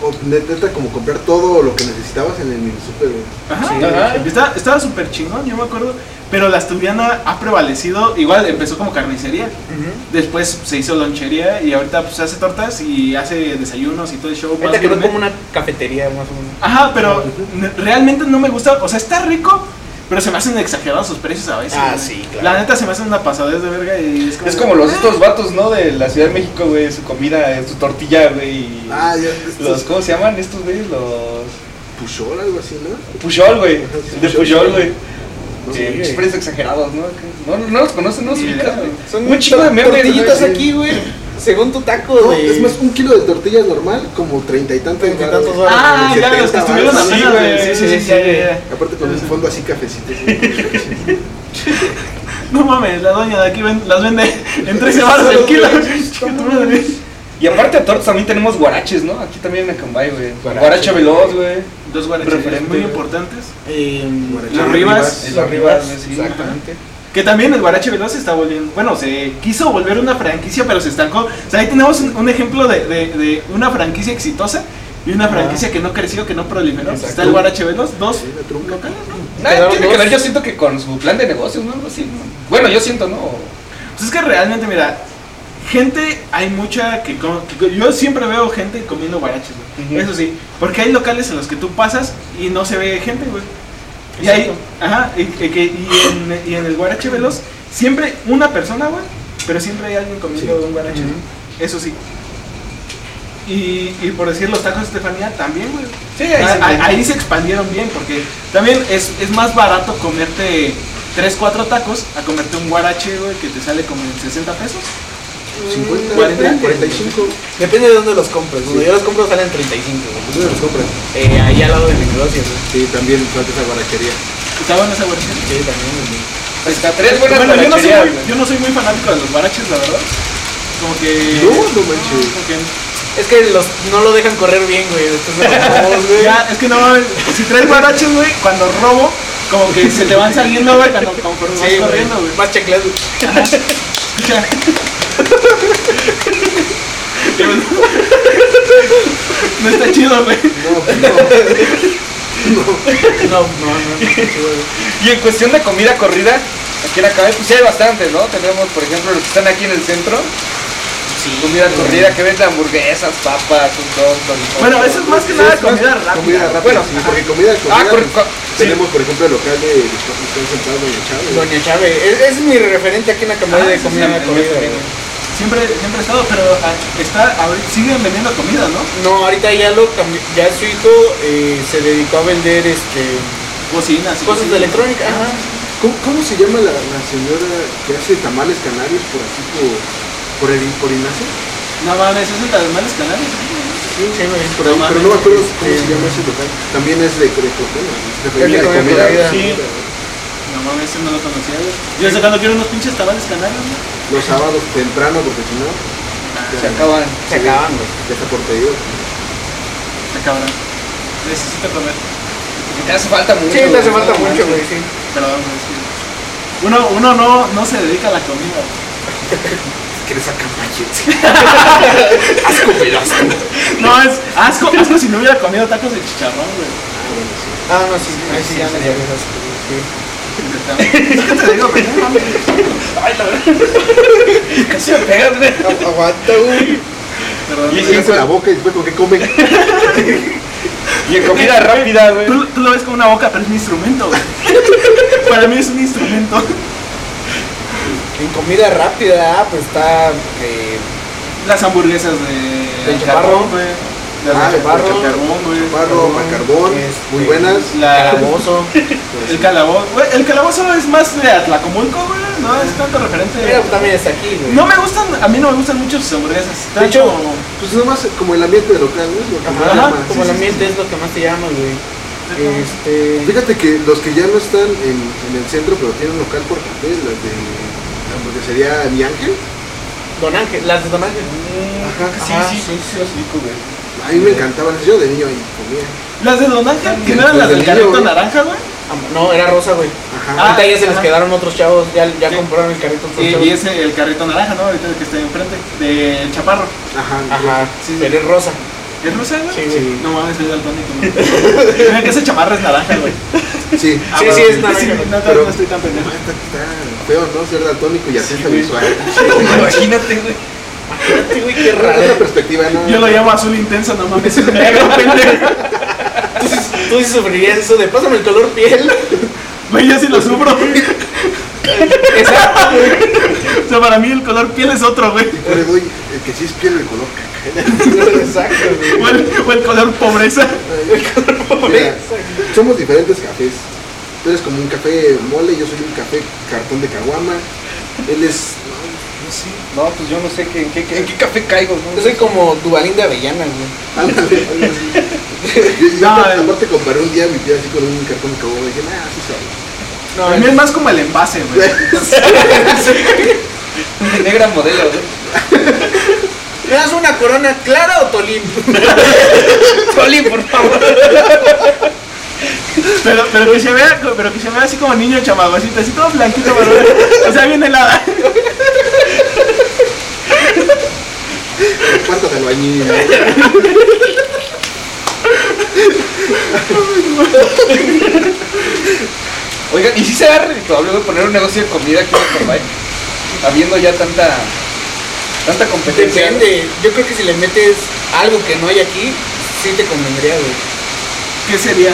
C: o neta, como comprar todo lo que necesitabas en el mini super. güey.
B: Ajá.
A: Sí, ajá.
B: Estaba- Estaba súper chingón, yo me acuerdo. Pero la Asturiana ha prevalecido, igual empezó como carnicería. Después se hizo lonchería y ahorita pues hace tortas y hace desayunos y todo el show. más
D: Ahorita quedó
B: gourmet.
D: como una cafetería, más o menos.
B: Ajá, pero n- realmente no me gusta. O sea, está rico, pero se me hacen exagerados sus precios a veces.
D: Ah,
B: güey.
D: sí, claro.
B: La neta se me hacen una pasadez de verga y es como.
A: Es como los estos vatos, ¿no? De la Ciudad de México, güey, su comida, eh, su tortilla, güey. y
C: Ah, ya. estos-
A: Los, ¿cómo se llaman estos, güey? Los...
C: Pushol, algo así, ¿no?
A: Pujol, güey.
C: Ajá, sí,
A: El de
C: Pujol.
A: Pujol, güey.
C: No
A: Sí,
C: sé.
A: muchos precios exagerados, ¿no? ¿no? No no los conocen, no los
B: Sí,
A: ubicas, güey.
D: Son
A: un chingo de memes,
D: tortillitas
A: güey.
D: aquí, güey, según tu taco,
C: No,
D: güey.
C: es más, un kilo de tortillas normal, como treinta y tantos.
D: Treinta y
C: varos.
D: tantos varos.
B: Ah, ya, los que
C: 70
B: estuvieron
C: varos.
B: apenas,
A: Sí,
B: güey.
A: güey.
B: Sí, sí, sí,
D: Sí,
B: ya,
D: sí.
B: ya, ya.
C: Aparte con un fondo así cafecito. sí.
B: No mames, la doña de aquí ven- las vende en 13 baros el kilo. Chinga tu madre.
A: Y aparte de tortas también tenemos guaraches, ¿no? Aquí también en Acambay, güey.
D: Guarache.
A: Guarache veloz, güey.
B: Dos guaracherías
A: Referente,
B: muy
A: güey.
B: importantes.
D: Em,
C: Guarache
B: Las
C: Las
B: ribas.
C: ribas.
A: Las
D: Las
A: ribas,
D: ribas,
A: sí.
D: exactamente.
B: Que también el Guarache Veloz se está volviendo. Bueno, se quiso volver una franquicia, pero se estancó. O sea, ahí tenemos un, un ejemplo de, de- de una franquicia exitosa y una franquicia que no creció, que no proliferó.
D: Exacto.
B: Está el Guarache Veloz, dos
C: Sí, la trunca.
B: locales, ¿no?
A: Nah,
D: Quedaron
A: tiene que
D: dos.
A: ver, yo siento que con su plan de negocios, ¿no? Algo así. ¿no? Bueno, yo siento, ¿no?
B: Pues es que realmente, mira, gente, hay mucha que. com- que co- yo siempre veo gente comiendo guaraches, güey.
A: Ujú.
B: Eso sí, porque hay locales en los que tú pasas y no se ve gente, güey. Y
A: Exacto.
B: ahí, ajá, y, y que- y en, y en el guarache veloz, siempre una persona, güey, pero siempre hay alguien comiendo
C: Sí.
B: un guarache,
D: Ujú.
B: güey. Eso sí. Y, y por decir los tacos de Estefanía también, güey.
A: Sí,
B: Ah,
A: ahí
B: ah,
A: se
B: Ahí, se expandieron bien porque también es, es más barato comerte 3, 4 tacos a comerte un guarache, güey, que te sale como en 60 pesos.
C: 50,
B: Cuarenta.
C: 45.
D: Depende de dónde los compres. Donde yo los compro salen 35, güey.
C: ¿Dónde los Pues compran?
D: Eh, ahí al lado de mi negocio, güey.
C: Sí, también falta esa guarachería.
B: Está bueno ese guarache.
D: Sí, también, güey.
A: Ahí está, tres buenas
B: Bueno, yo no, soy
A: guaracherías,
B: muy,
A: güey.
B: yo no soy muy fanático de los guaraches, la verdad. Como que...
C: No, no manches.
B: como que-
D: Es que los, no lo dejan correr bien, güey. Después de los robos, güey.
B: ya, es que no mames, si traes guaraches, güey, cuando robo, como que se te van saliendo, güey, cuando, cuando vas
D: Sí, güey.
B: corriendo, güey.
D: Más checleado.
B: Ya. No está chido, güey.
C: No, no.
D: No, no, no. no.
A: Y en cuestión de comida corrida, aquí en Acabay, pues sí hay bastantes, ¿no? Tenemos, por ejemplo, los que están aquí en el centro,
D: Sí,
A: comida corrida, que venden hamburguesas, papas, un don,
B: Bueno, eso es más que
C: Sí,
B: nada
C: es más
B: comida rápida.
C: Comida rápida,
A: Bueno,
C: sí,
A: ajá.
C: porque comida
A: Ah,
C: comida,
A: cor-
C: pues,
A: co-
C: tenemos, por ejemplo, el local de Están sentados Doña Chávez.
D: Doña Chávez, es, es mi referente aquí en Acambay
B: Ah,
D: de
B: sí,
D: comida
B: sí,
D: corrida.
A: sí,
D: güey.
B: Siempre, siempre ha estado, pero ah, está, ahorita siguen vendiendo comida, ¿no?
D: No, ahorita ya lo cambi- ya su hijo eh, se dedicó a vender este
B: Cocinas. y
D: cosas de electrónica.
B: Ah,
D: Ajá.
C: ¿Cómo, cómo se llama la, la señora que hace tamales canarios por así, por, por, el, por Inacio?
B: No mames, eso es de los canales.
C: Sí,
D: Sí, güey.
C: por ahí,
B: No
C: pero no me acuerdo
D: mames,
C: cómo se
D: este,
C: llama ese local. También es de, de, comida,
A: de
C: de, comida,
A: comida
C: comida,
D: corrida.
C: sí.
B: No mames, eso no lo conocía. güey. Yo sé cuando quiero unos pinches tamales canarios, ¿no? Ah,
C: Los sábados temprano, porque si no,
A: Se acaban.
D: Se acaban, güey.
C: ya está por pedido.
B: Está cabrón. Necesito comer.
A: Te hace falta mucho.
D: Sí, te hace
A: güey,
D: falta
A: no
D: mucho,
A: manches.
D: güey, sí.
B: Perdón, güey, es que Uno, uno no, no se dedica a la comida. güey.
C: Que le sacan
B: No, es asco, asco si no hubiera comido tacos de chicharrón, güey.
D: Ah, no, sí, ahí sí,
A: Sí,
D: ya no
A: sí,
D: ya
A: sí.
D: ves así, güey,
B: Es que te digo, güey, no mames.
A: Casi me pegas, güey.
D: sí. Agu- Aguanta, güey.
B: Perdón,
A: Y-
B: güey.
C: Se le hace la boca y después porque come.
A: Y en comida rápida, güey.
B: Tú, tú lo ves con una boca, pero es mi instrumento, güey. Para mí es un instrumento.
D: En comida rápida, ah, pues está eh,
B: Las hamburguesas de.
D: Del Chaparro.
B: güey.
C: Ah,
B: Las de
C: de
B: Chaparro.
C: Chaparro.
B: Chaparrón, güey.
C: Barro, macarbón,
D: Este,
C: muy buenas. Pues
B: La-
D: calabozo.
B: El calabozo. güey, el calabozo es más de Atlacomulco, güey. No es tanto referente.
D: Mira, pues, también está aquí, güey.
B: No me gustan, a mí no me gustan mucho sus hamburguesas. Están
D: De hecho, mm,
B: como-
C: Pues nomás como el ambiente del local, ¿no? Es lo que más
D: Ajá,
C: llama.
D: como
C: Sí,
D: el
C: sí,
D: ambiente es lo que más te llama, güey. Este.
C: sí. Fíjate que los que ya no están en, en el centro, pero tienen local por café, las de la hamburguesería Mi Ángel.
D: Don Ángel, las de Don Ángel.
C: Ajá,
A: Sí,
D: Ajá,
A: sí,
D: sí,
A: sí, sí, los ubico, güey.
C: A mí me encantaban, yo de niño ahí comía.
B: Las de Don Ángel, que no eran
C: Del-
B: las
C: del
B: del
C: niño,
B: carrito
C: güey.
B: naranja, güey.
D: Ah, No, era rosa, güey.
C: Ajá.
B: Ah,
D: Ahorita ya se les
B: ajá.
D: quedaron otros chavos, ya, ya
B: Sí.
D: compraron el carrito otros
B: Y,
D: chavos.
B: Eh, y ese, el carrito naranja, ¿no? Ahorita el que está enfrente, del Chaparro.
C: Ajá.
D: Ajá,
B: Sí, sí.
D: pero es rosa.
B: ¿Es rusa, güey?
D: Sí, güey.
B: No mames, soy daltónico, güey. Mira que ese chaparro es naranja, güey.
C: Sí.
D: Sí,
B: Ah,
D: sí,
B: bueno,
D: es naranja,
B: sí,
D: güey.
B: No,
C: Pero-
B: no estoy tan pendejo.
C: Está feo, ¿no? Ser daltónico y artista visual.
A: Imagínate, güey.
D: Este güey, qué
C: Otra,
D: raro.
C: otra perspectiva, ¿no?
B: Yo lo llamo azul intenso, no mames, es negro, pendejo.
D: Tú, sí- tú sí sufrirías eso de pásame el color piel.
B: Güey, yo sí lo sufro.
D: Exacto.
B: O sea, para mí el color piel es otro, güey.
C: Yo le doy el que sí es piel el color caca.
D: Exacto, güey.
B: O el, o el color pobreza.
C: Mira, somos diferentes cafés. Tú eres como un café mole, yo soy un café cartón de caguama. Él es. No, no sé.
A: No, pues yo no sé qué, en, qué, en qué café caigo, ¿no?
D: Yo soy como Dubalín de Avellana, güey.
C: Ándale, algo así. Yo- yo
B: No,
C: aparte-
B: eh.
C: aparte comparé un día mi tía así con un cartón de caguama y dije, nah, sí sabe.
D: No,
B: A mí es más como el envase, güey.
A: De negra modelo, güey.
D: ¿Me das una corona clara o Tolim?
A: Soli, por favor.
B: Pero, pero que se vea, pero que se vea así como niño chamagocito, así todo blanquito, pero, o sea, bien helada.
C: Cuarto de albañil.
A: Oigan, ¿y si será redituable, güey, poner un negocio de comida aquí en Acambay? Habiendo ya tanta, tanta competencia.
D: Depende. Yo creo que si le metes algo que no hay aquí, sí te convendría, güey.
B: ¿Qué sería?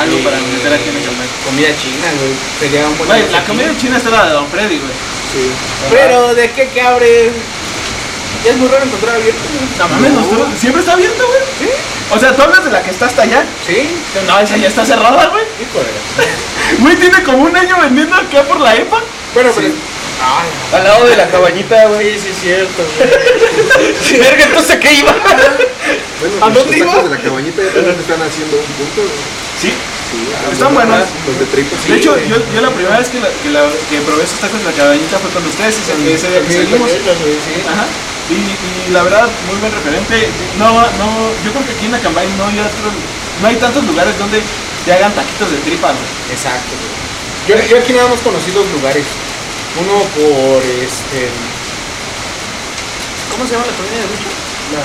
B: Algo para
D: Eh,
B: meter aquí en el canal.
D: Comida china, güey. Sería un buen
B: Güey,
D: negocio
B: la
D: aquí.
B: comida china está la de Don Freddy, güey.
C: Sí.
A: Ajá.
D: Pero de qué que abre. Ya es muy raro encontrar abierto. güey.
B: No Ah, mames,
C: No.
B: nosotros- siempre está abierto, güey.
D: Sí.
B: O sea, tú hablas de la que está hasta allá.
D: Sí.
B: No, esa ya está cerrada, güey.
D: Híjole.
B: Güey, tiene como un año vendiendo acá por la EPA.
D: Bueno,
A: Sí.
D: pero. Ay,
A: Al lado de la cabañita, güey.
D: sí, sí, es cierto, güey.
A: Verga, entonces ¿a qué iba.
C: Bueno,
D: ¿A
C: los
D: dónde
C: tacos
D: iba?
C: de la cabañita ya también te están haciendo un punto. Sí,
B: Sí.
C: ah,
B: Están
C: los de-
B: buenos.
C: Los de tripas.
B: De hecho,
D: güey.
B: yo, yo la primera vez que, la- que, la- que probé esos tacos de la cabañita fue con ustedes ese, ese día que salimos. Ajá. Y, y la verdad, muy buen referente. No, no, yo creo que aquí en Acambay no hay otro, no hay tantos lugares donde te hagan taquitos de tripa, güey.
D: Exacto, güey. Yo, yo aquí nada más conocí dos lugares. Uno por este. ¿Cómo se llama la colonia de Lucha? La.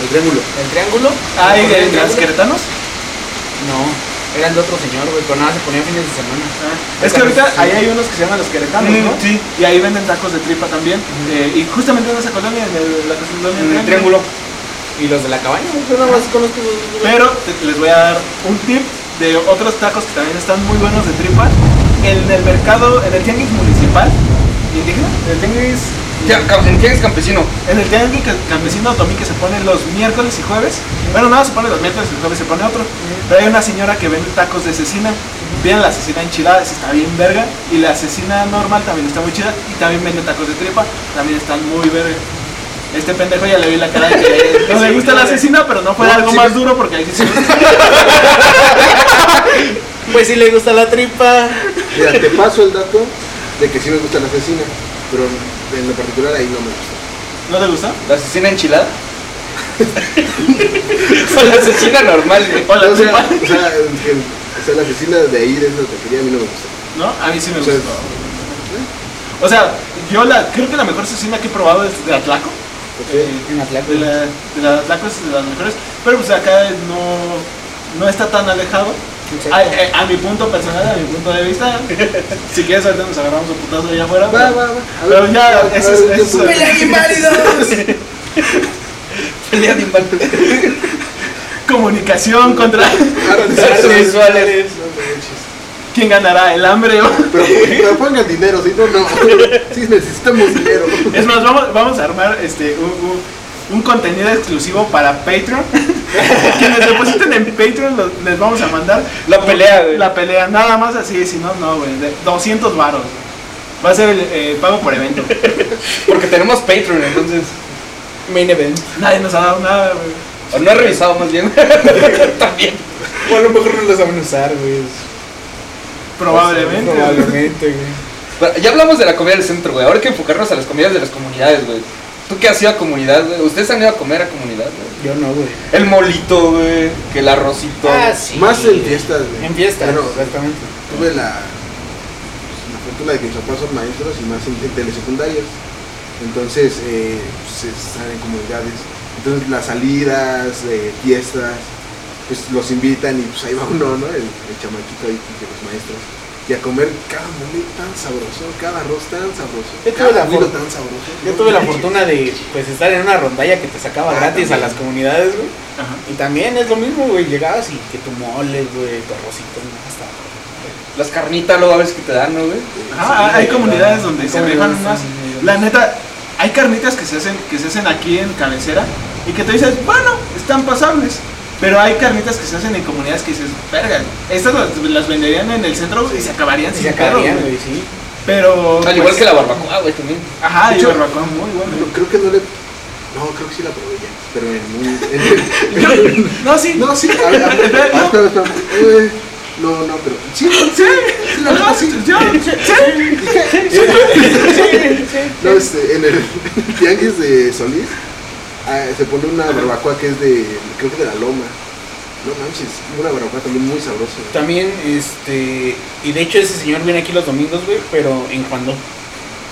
C: El triángulo.
D: El triángulo.
B: Ah, ¿y
D: ¿El
B: de
D: triángulo?
B: los queretanos?
D: No, eran de otro señor, güey, pero nada se ponían fines de semana.
B: Es que ahorita ahí hay unos que se llaman los queretanos,
A: Mm,
B: ¿no?
A: Ah, sí.
B: Y ahí venden tacos de tripa también. Eh, y justamente en esa colonia, en el- la colonia
A: En el triángulo.
B: Triángulo.
D: Y los de la cabaña, güey, yo nada más conozco esos dos, güey.
B: Pero te- les voy a dar un tip de otros tacos que también están muy buenos de tripa. En el mercado, en el tianguis municipal, indígena, en el tianguis...
A: Ya, cam- en tianguis campesino.
B: En el tianguis ca- campesino Otomí que se pone los miércoles y jueves. Bueno, no, se pone los miércoles y el jueves se pone otro. Pero hay una señora que vende tacos de cecina. Viene la cecina enchilada, esa está bien verga. Y la cecina normal también está muy chida. Y también vende tacos de tripa, también están muy verga. Este pendejo ya le vi la cara de que no le gusta la cecina, pero no fue
C: No,
B: algo
C: sí.
B: más duro porque ahí sí se gusta.
D: Pues sí le gusta la tripa.
C: Mira, te paso el dato de que sí me gusta la asesina, pero en lo particular ahí no me gusta.
B: ¿No te gusta?
A: La asesina enchilada. o la asesina normal, güey.
B: Hola,
C: o, sea,
B: tripa.
C: o, sea, que- o sea, la asesina de ahí, de esa taquería, a mí no me gusta.
B: ¿No? A mí sí me
C: O sea,
B: gusta. O sea, yo la, creo que la mejor cecina que he probado es de Atlaco.
C: ¿eh?
B: Eh, de la, de la Atlaco es de las mejores. Pero pues acá no, no está tan alejado. A, eh, a mi punto personal, a mi punto de vista, si quieres ahorita nos agarramos un putazo allá afuera.
C: Va,
B: pero-
C: va, va. A
B: Pero ya,
C: a
B: eso es-
C: a ver,
B: eso es-
C: tiempo.
D: ¡Pelea inválidos!
A: Pelea de inválidos.
B: Comunicación contra
C: Ahora sí,
A: Artes
C: sí, sí.
A: visuales.
C: No manches.
B: quién ganará, el hambre o...
C: Pero, pero pongan dinero, si no, no. Sí, necesitamos dinero.
B: Es más, vamos, vamos a armar este un, un- un contenido exclusivo para Patreon. Quienes depositen en Patreon lo- les vamos a mandar
A: La pelea, güey.
B: la pelea, nada más así, si no, no, güey. de 200 varos. Va a ser el eh, pago por evento.
A: Porque tenemos Patreon, entonces.
D: Main event.
B: Nadie nos ha dado nada, güey.
A: O no he revisado más bien. También.
D: O a lo mejor no los saben usar, güey.
B: Probablemente. güey.
D: Probablemente, güey.
A: Pero ya hablamos de la comida del centro, güey. Ahora hay que enfocarnos a las comidas de las comunidades, güey. ¿Tú qué has ido a comunidad, güey? ¿Ustedes han ido a comer a comunidad, güey?
D: Yo no, güey.
A: El molito, güey. Que el arrocito.
D: Ah,
C: Más en fiestas, güey.
D: En fiestas,
C: Bueno,
B: pues,
D: exactamente.
C: tuve la, pues, la fortuna de que mis papás son maestros y más en, en telesecundarias. Entonces, eh, se salen en comunidades. Entonces, las salidas, eh, fiestas, pues los invitan y pues ahí va uno, ¿no? El, el chamaquito ahí de los maestros. Y a comer cada mole tan sabroso, cada arroz tan sabroso,
D: Yo tuve
C: cada
D: la
C: guido
D: for-
C: tan sabroso.
D: Yo
C: No
D: tuve la
C: manches.
D: fortuna de pues estar en una rondalla que te sacaba
C: Ah,
D: gratis a
C: también.
D: las comunidades, güey.
B: Ajá.
D: Y también es lo mismo, güey. Llegabas y que tu mole, güey, tu arrocito, no, hasta.
A: Las carnitas, luego a veces que te dan, ¿no, güey?
B: Ah, hay comunidades donde
D: Hay
B: se
D: comunidades
B: rifan unas.
D: donde-
B: La neta, hay carnitas que se hacen, que se hacen aquí en cabecera y que te dices, bueno, están pasables. Pero hay carnitas que se hacen en comunidades que dices, verga, estas las, las venderían en el centro güey, y se acabarían
D: Y
B: sin
D: se
B: pedo,
D: acabarían,
B: güey.
D: güey, sí.
B: Pero.
A: Al igual
B: pues,
A: que la barbacoa, güey, también.
B: Ajá, y
C: Yo-
B: barbacoa muy
D: ah.
B: bueno.
C: Pero creo que no le. No, creo que sí la probé ya. Pero en un. en-
B: No, sí.
C: No, sí, a ver, a ver, ah, espera, espera. Eh, No, no, pero. Sí,
B: Sí,
C: sí, la
B: no,
C: neta,
B: sí,
C: sí.
B: yo- sí.
C: No, este, en el, en el tianguis de Solís ah, se pone una barbacoa que es de. Creo que de la loma. No manches, una barbacoa también muy sabrosa.
D: También, este. Y de hecho, ese señor viene aquí los domingos, güey, pero en cuando.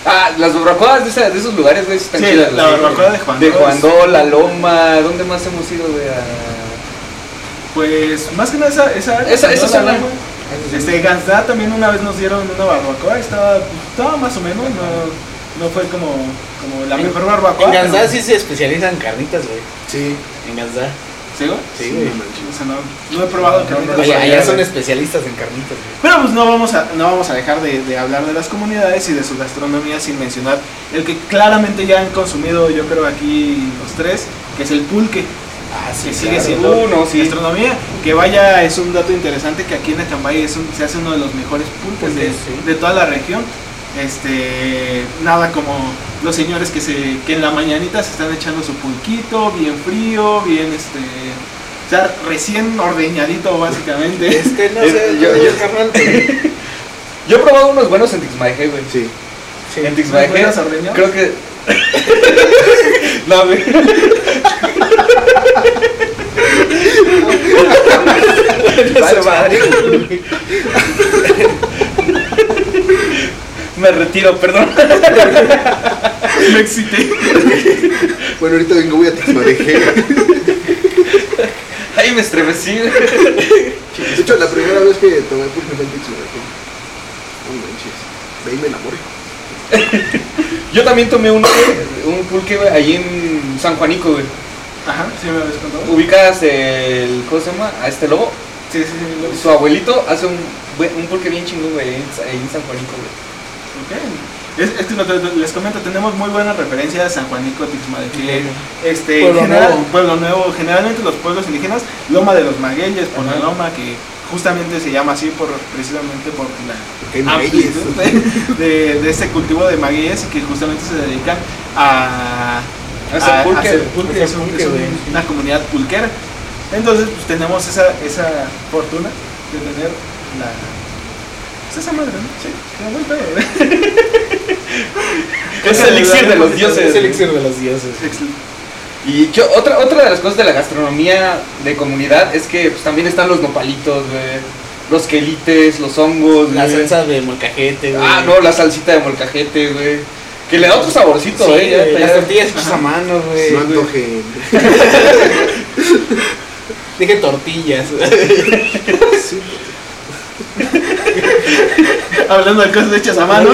A: Ah, las barbacoas de, esa- de esos lugares, güey, sí están
B: Sí,
A: chidas.
B: la
A: güey.
B: barbacoa de Juan
A: De
B: Dolz.
A: Juandó, La Loma. ¿Dónde más hemos ido, güey? Ah, A-
B: Pues más que nada esa, esa,
A: Esa- esa
B: la-
A: zona.
B: Este, Gansá también una vez nos dieron una barbacoa, estaba, estaba más o menos, no, no fue como, como la
D: En-
B: mejor barbacoa.
D: En Gansá
B: pero-
D: sí se especializan en carnitas, güey.
C: Sí,
D: En Gansá.
B: ¿Sí, güey?
D: Sí,
C: no
D: güey.
B: O
C: manches.
B: sea, no, no he probado
A: No,
B: carnitas.
A: no,
D: Allá,
A: sabía,
D: allá son
A: güey.
D: especialistas en carnitas, güey.
B: Pero pues no vamos a, no vamos a dejar de, de hablar de las comunidades y de su gastronomía sin mencionar el que claramente ya han consumido, yo creo aquí los tres, que es el pulque,
D: Ah,
B: que sigue
A: claro.
B: siendo
A: Uh, no, sí.
B: gastronomía. Que vaya, es un dato interesante que aquí en Acambay es un- se hace uno de los mejores pulques de,
D: Pulques, sí.
B: de toda la región. Este, nada como los señores que se que en la mañanita se están echando su pulquito, bien frío, bien este, o sea, recién ordeñadito básicamente.
D: Este, no
A: Es-
D: sé,
A: yo-
D: yo,
A: yo-
D: carnal, pero-
A: Yo he probado unos buenos en Tixmaeje, güey.
C: Sí.
D: Sí.
A: En
B: ¿Buenos
A: Tixmaeje.
B: ordeñados?
A: Creo que. no, güey.
D: Vaya,
A: madre. Me retiro, perdón.
B: Me excité.
C: Bueno, ahorita vengo, voy a Tixmadeje.
A: y me estremecí. güey.
C: De hecho, la primera vez que tomé pulque fue en Tixurrete. No manches. De ahí me enamoré.
A: Yo también tomé uno, güey, un pulque, güey, allí en San Juanico, güey.
B: Ajá, sí me habías contado.
A: Ubicas el. ¿Cómo se llama? A este lobo.
B: Sí, sí, sí, lo
A: Su abuelito hace un, buen- un pulque bien chingón, güey, en- ahí en San Juanico, güey.
B: Ok. Es, es que no te- les comento, tenemos muy buenas referencias de San Juanico, Tixmadepilé, este,
D: Pueblo
B: general-
D: Nuevo.
B: Pueblo Nuevo, generalmente los pueblos indígenas, Loma de los Magueyes, por la
A: Ajá.
B: Loma, que justamente se llama así por precisamente por la
C: Porque hay
B: Ah,
A: Ah,
C: magueyes.
B: amplitud de, de, de ese cultivo de magueyes y que justamente se dedican a
A: A hacer pulque.
B: pulque,
D: A hacer
B: es un-
D: pulque,
B: es un-
D: güey.
B: una comunidad pulquera. Entonces, pues, tenemos esa, esa fortuna de tener la. pues, esa madre, ¿no? Sí, la buen pedo, güey.
A: Es el elixir de los
D: Es
A: dioses.
D: el elixir de los dioses.
A: Y yo, otra, otra de las cosas de la gastronomía de comunidad es que pues, también están los nopalitos, güey, los quelites, los hongos,
D: La
A: güey.
D: salsa de molcajete, güey.
A: Ah, no, la salsita de molcajete, güey. Que le da otro
D: Sí,
A: saborcito,
D: güey,
A: eh. ya- ya-
D: las tortillas hechas a mano, güey.
C: No antojen.
D: Dije tortillas.
C: Sí.
B: Hablando de cosas hechas a mano.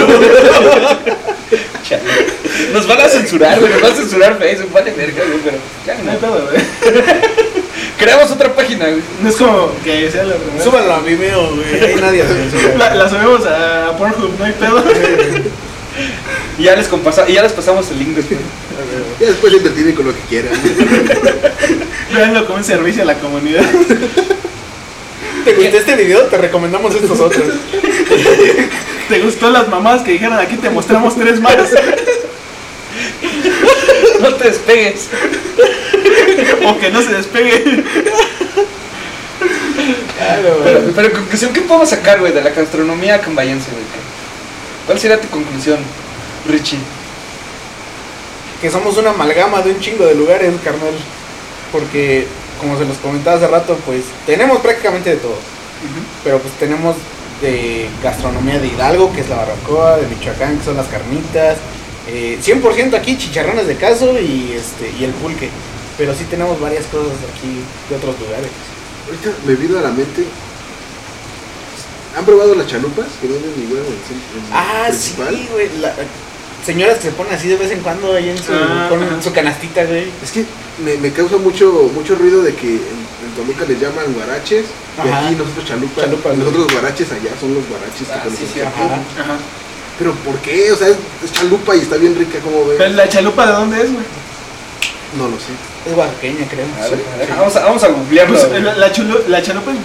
A: Chale. Nos van a censurar, güey. Nos va a censurar Facebook, vale verga, güey. Pero ya
B: No hay
A: no.
B: pedo, güey.
A: Creamos otra página, güey.
B: No es como que sea la primera.
D: Súbalo a Vimeo, güey. Ahí nadie lo censura.
B: La, la subimos a Pornhub, no hay pedo.
A: Y ya les, compasa- y ya les pasamos el link después.
C: Ya después se entretienen con lo que quieran.
B: Veanlo como un servicio a la comunidad.
D: ¿Te gustó este video? Te recomendamos estos otros.
B: ¿Te gustó las mamás que dijeron aquí te mostramos tres más?
A: No te despegues.
B: O que no se despegue.
D: Claro,
A: Pero, pero en conclusión, ¿qué podemos sacar, güey, de la gastronomía cambayense, güey? ¿Cuál sería tu conclusión, Richie?
D: que somos una amalgama de un chingo de lugares, carnal. Porque, como se los comentaba hace rato, pues tenemos prácticamente de todo. Pero pues tenemos de gastronomía de Hidalgo, que es la barbacoa, de Michoacán, que son las carnitas. eh, 100% aquí chicharrones de caso y este y el pulque. Pero sí tenemos varias cosas aquí de otros lugares.
C: Ahorita me vino a la mente. ¿Han probado las chalupas que venden mi huevo en el centro-
B: Mm,
C: en el
D: Ah,
C: principal?
D: sí, güey. la- señoras que se ponen así de vez en cuando ahí en su,
B: Ah,
D: con
B: ajá.
D: su canastita, güey.
C: Es que me, me causa mucho mucho ruido de que en, en Toluca les llaman guaraches y
D: Ajá.
C: aquí nosotros chalupas.
D: Chalupas,
C: nosotros guaraches allá son los guaraches
A: Ah,
C: que
A: sí,
C: conocemos.
A: sí,
D: Ajá.
B: Ajá.
C: Pero ¿por qué? O sea, es, es chalupa y está bien rica como
B: Pero
C: ven.
B: la chalupa de dónde es, güey.
C: No lo sé.
D: Es oaxaqueña, creo.
A: A
B: Ah,
A: ver, a ver, vamos a, vamos a googlearlo,
B: Pues,
A: güey.
B: la, la chulu- la chalupa es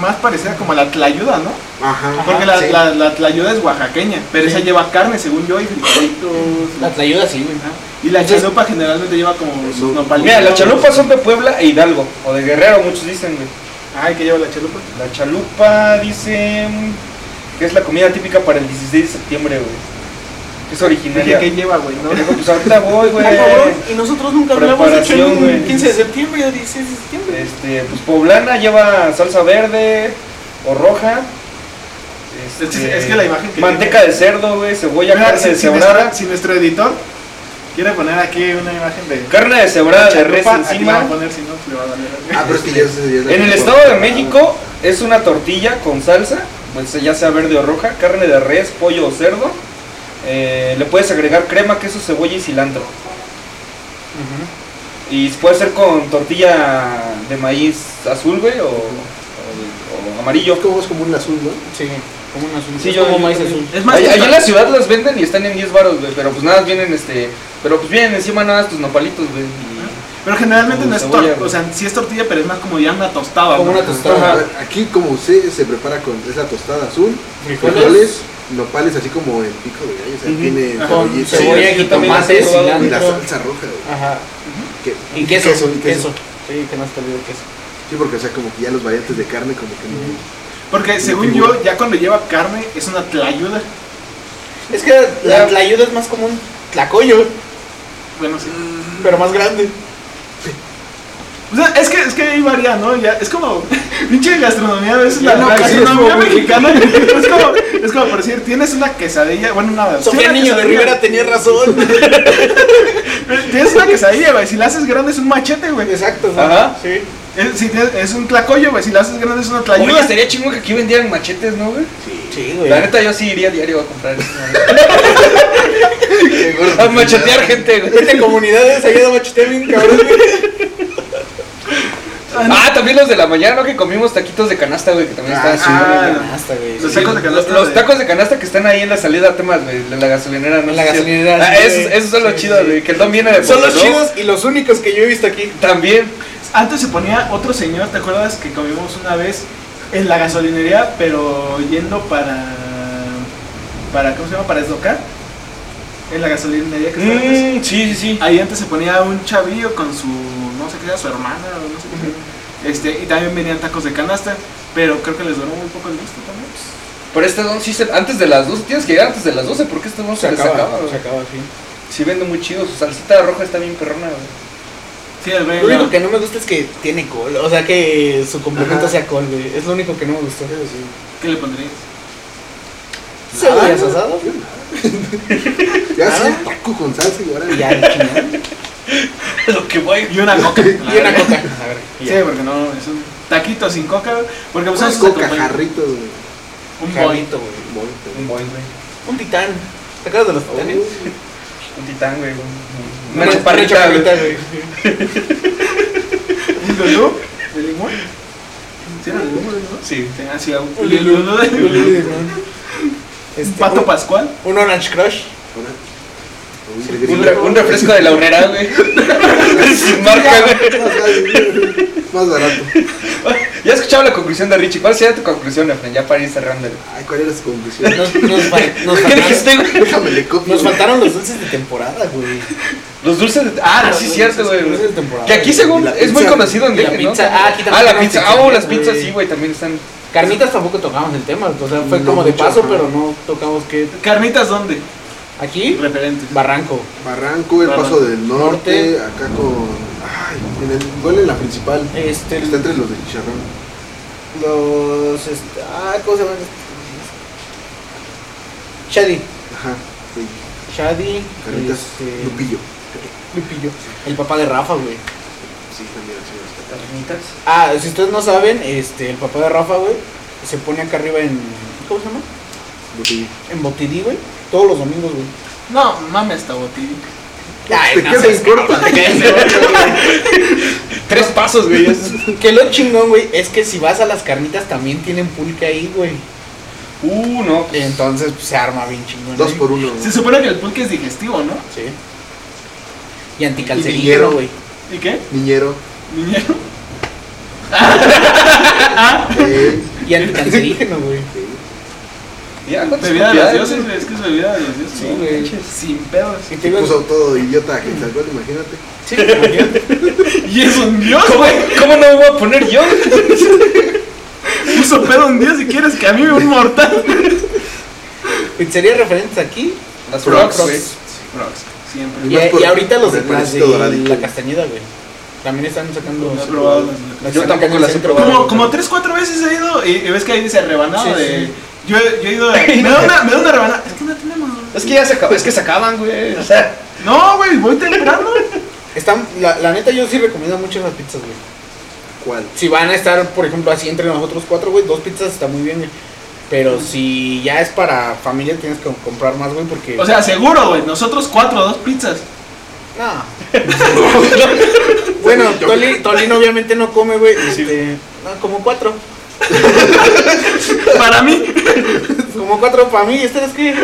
B: más parecida como a la tlayuda, ¿no?
C: Ajá.
B: Porque la,
C: sí.
B: la, la tlayuda es oaxaqueña, pero esa lleva carne, según yo, y frijolitos.
D: La tlayuda sí, güey.
B: Ajá. Y la chalupa generalmente lleva como sus nopalitos.
A: Mira, las chalupas son de Puebla e Hidalgo, o de Guerrero, muchos dicen, güey.
B: Ay, que lleva la chalupa.
A: La chalupa dice que es la comida típica para el 16 de septiembre, güey. Que es
B: Dije,
A: originaria.
B: ¿qué lleva, güey? ¿no?
A: Digo, Pues ahorita voy, güey.
D: Por favor, y nosotros nunca hablamos de hecho,
A: Preparación,
D: el
A: güey.
D: 15 de septiembre o 16 de septiembre.
A: Este, pues poblana lleva salsa verde o roja. Este,
B: Es que- es que la imagen que-
A: Manteca de cerdo, güey, cebolla,
B: Mira,
A: carne
B: si,
A: de
B: si nuestro,
A: cebrada.
B: si nuestro editor quiere poner aquí una imagen de
A: Carne de cebrada de res
B: chalupa, aquí la va a
A: encima.
B: poner, si no, le va a doler.
C: Ah, pero es que ya es, ya es la
A: En el
C: chalupa.
A: Estado de México es una tortilla con salsa, pues ya sea verde o roja, carne de res, pollo o cerdo. Eh, le puedes agregar crema, queso, cebolla y cilantro. Y puede ser con tortilla de maíz azul, güey, o, o de- o amarillo.
C: Es como, es como un azul, ¿no?
D: Sí, como un azul.
A: Sí,
D: Es
A: yo-
D: como
A: yo
D: maíz
A: también.
D: azul.
B: Es más,
A: Ahí
B: hasta-
A: ahí en la ciudad las venden y están en 10 baros, güey, pero pues nada, vienen este... Pero pues vienen encima nada más tus nopalitos, güey. y-
B: Pero generalmente
A: Con
B: no es
A: cebolla,
B: tortilla,
A: güey.
B: o sea, sí es tortilla, pero es más como ya una tostada.
D: Como
B: ¿no?
D: una tostada.
A: Ajá.
C: Aquí como usted se prepara con es la tostada azul,
D: Frijoles.
C: frijoles, nopales así como el pico de gallo, o sea,
A: Ujú.
C: tiene
B: Ajá.
D: Con
C: cebollita
A: Sí,
D: cebolla,
A: yo también
D: jitomate,
A: las he probado.
C: y la
D: cilantro.
C: salsa roja, güey.
D: Ajá.
C: Que-
D: Y queso. queso,
C: y queso.
D: Sí, que no se te olvide el queso.
C: Sí, porque o sea, como que ya los variantes de carne como que no.
B: Porque según yo, ya cuando lleva carne es una tlayuda.
D: Es que la, la ayuda es más como un tlacoyo,
B: Bueno, sí.
D: pero más grande.
B: O sea, es que, es que ahí varía, ¿no? Ya, es como, pinche gastronomía, a veces la,
C: No,
B: la
C: casi es
B: gastronomía
C: como
B: mexicana es como, es como por decir, tienes una quesadilla, bueno, una... sí,
D: Sofía
B: una
D: Niño de
B: quesadilla.
D: Rivera tenía razón.
B: Tienes una quesadilla, güey, si la haces grande es un machete, güey.
D: Exacto.
A: Ajá.
D: Sí.
B: Es, si tienes- es un tlacoyo, güey. Si la haces grande es una tlayuda.
A: Oye, estaría chingo que aquí vendieran machetes, ¿no, güey?
D: Ah. Sí,
A: La neta, yo sí iría diario a comprar eso, güey. A machetear gente, güey.
D: Vete comunidades, ayuda a machetear bien, cabrón. güey.
A: Ah, también los de la mañana, ¿no? Que comimos taquitos de canasta, güey, que también
C: Ah,
A: estaban
C: sí.
A: chingones, güey.
B: Ah,
D: Canasta, güey.
B: Los
A: Sí,
B: tacos de canasta
A: Los, los
B: de-
A: tacos de canasta que están ahí en la salida a temas, güey, de la gasolinera, ¿no?
D: En la
A: sé si-
D: gasolinera,
A: Ah,
D: sí,
A: esos,
D: güey.
A: esos son los
D: Sí,
A: chidos,
D: sí.
A: güey, que el don viene de
D: Son los
A: Pocono.
D: chidos y los únicos que yo he visto aquí.
A: También.
B: Antes se ponía otro señor, ¿te acuerdas que comimos una vez en la gasolinería, pero yendo para. para ¿Cómo se llama? Para Esdocar. En la gasolinería que está antes.
A: Mm, sí, sí, sí.
B: Ahí antes se ponía un chavillo con su, no sé qué era, su hermana o no sé qué. era. Este, y también venían tacos de canasta, pero creo que les duró muy poco el gusto también.
A: Pero este don sí se... Antes de las 12, tienes que llegar antes de las 12 porque este don se, les acaba, güey.
D: se acaba, sí.
A: Sí vende muy chido, su salsita roja está bien perrona, güey.
B: Sí, el
D: Lo único
B: güey.
D: que no me gusta es que tiene col, o sea que su
C: Ajá.
D: complemento
C: Ah,
D: sea col, güey. Es lo único que no me gustó.
B: ¿Qué le pondrías?
D: Cebollas asadas, güey.
C: Ya
D: Ah.
C: sí, el taco con salsa y ahora
D: Y ya, la chingada.
A: Lo que voy.
B: Y una coca.
D: Y una coca. Ah, A ver, y
B: Sí,
D: ya.
B: porque no, es un taquito sin coca, güey, porque pues
C: Unas
B: eso se
C: coca,
B: acompaña-
C: jarritos, güey.
B: Un boy.
D: Jarrito, güey.
C: Bonito, güey.
A: Un boing, güey.
D: Un titán. ¿Te acuerdas de los titanes?
C: Oh,
A: Un titán, güey. un- Una
D: Una
A: chaparrita, güey.
D: chaparrita, güey.
B: Un lulú de limón. ¿Sí era lulú de limón?
A: Sí.
B: Sí, hacía un
D: Un
B: lulú de limón.
D: Este,
B: Un pato
D: un-
B: pascual.
D: Un Orange Crush.
C: ahora. Un
A: Un,
C: regreso.
A: re- un refresco de la hornera, güey. Sin marca, güey.
C: Más barato.
A: Ya he escuchado la conclusión de Richie. ¿Cuál sería tu conclusión, Efren? Ya para ir cerrando. güey.
C: Ay, ¿cuál era su conclusión?
D: Nos, nos fal- nos
A: ¿Qué
D: faltaron,
A: dijiste, güey?
C: Déjame le copio.
D: nos faltaron los dulces de temporada, güey.
A: Los dulces de... Ah, sí, cierto, güey.
D: Dulces de temporada.
A: Que aquí
D: güey.
A: según
C: Y la
A: es muy
C: pizza.
A: conocido en
D: Y la
A: México, ¿no?
D: pizza. Ah, aquí también
A: Ah, la
D: tenemos
A: pizza. Ah,
D: pizzerías,
A: oh, las pizzas
D: güey.
A: sí, güey, también están.
D: Carnitas tampoco tocamos el tema, o sea, fue
C: No
D: como de
C: mucho,
D: paso,
C: ajá.
D: pero no tocamos que
B: ¿Carnitas dónde?
D: aquí
B: Referentes.
D: Barranco.
C: Barranco, el paso del norte,
D: Norte.
C: acá con. Ay, en el gol en la principal.
D: Este
C: Está entre los del chicharrón.
D: los este, ah, ¿cómo se llaman? Shadi,
C: Ajá. Sí.
D: Shadi,
C: Carnitas.
D: este,
C: Lupillo.
D: Lupillo, el papá de Rafa, güey.
C: Sí, también así está.
A: Carnitas.
D: Ah, si ustedes no saben, este el papá de Rafa, güey, se pone acá arriba en ¿cómo se llama?
C: Lupillo.
D: En Botidí, güey, todos los domingos, güey.
B: No, mames, hasta botín.
D: Ay,
C: ¿Te
D: no
C: quedas
D: seas
C: corto?
D: cabrón, te quedas-
A: Tres pasos, güey. es-
D: Que lo chingón, güey, es que si vas a las carnitas también tienen pulque ahí, güey.
A: Uh, no. pues,
D: Entonces pues, se arma bien chingón.
C: Dos
D: ahí.
C: por uno.
B: Se supone que el pulque es digestivo, ¿no?
D: Sí. Y
C: Y
D: anticalcerillero,
C: ligero.
D: güey.
B: ¿Y qué?
C: Niñero.
B: ¿Niñero?
C: Eh,
D: Y anticancerígeno, güey.
C: sí.
A: Ya, ¿cuántas
B: Bebida de los
A: propiedades?
B: dioses, güey, es que es bebida de los dioses.
D: Sí,
B: ¿no?
D: güey.
B: Sin pedos.
D: Y te
C: Se
D: digo-
C: puso todo idiota que tal cual, imagínate.
D: Sí, imagínate.
B: Y es un dios,
A: ¿Cómo,
B: güey.
A: ¿Cómo no me voy a poner yo?
B: Puso pedo un dios si quieres que a mí me un mortal.
D: Pizzerías referentes aquí.
A: Las
C: Frogs,
A: frogs, güey.
B: Frogs, siempre.
C: Y
D: Y,
C: más por-
D: y ahorita los
C: por
D: de
C: el
D: las de
C: pancito doradito,
D: la
C: güey.
D: castañeda, güey. También están sacando.
B: No he Pues, probado las-
D: las que
A: Yo
D: están
A: tampoco
D: acá en el
A: las he
D: centro.
A: probado.
B: Como, como tres, cuatro veces he ido y, y ves que ahí dice rebanado
D: Sí,
B: de.
D: sí.
B: Yo, yo he ido de. Me da una, me da una rebanada. Es que no tenemos.
A: Es que ya se acaban, es que se acaban, güey. O sea,
B: No, güey, voy temprano.
D: Están, la, la neta, yo sí recomiendo mucho las pizzas, güey.
C: ¿Cuál?
D: Si van a estar, por ejemplo, así entre nosotros cuatro, güey, dos pizzas está muy bien, güey. Pero si ya es para familia, tienes que comprar más, güey, porque.
B: O sea, seguro, güey. Nosotros cuatro, dos pizzas.
D: No. bueno, Tolín, Tolín obviamente no come, güey. Este, no, como cuatro.
B: Para mí,
D: Como cuatro para mí. ¿Ustedes qué?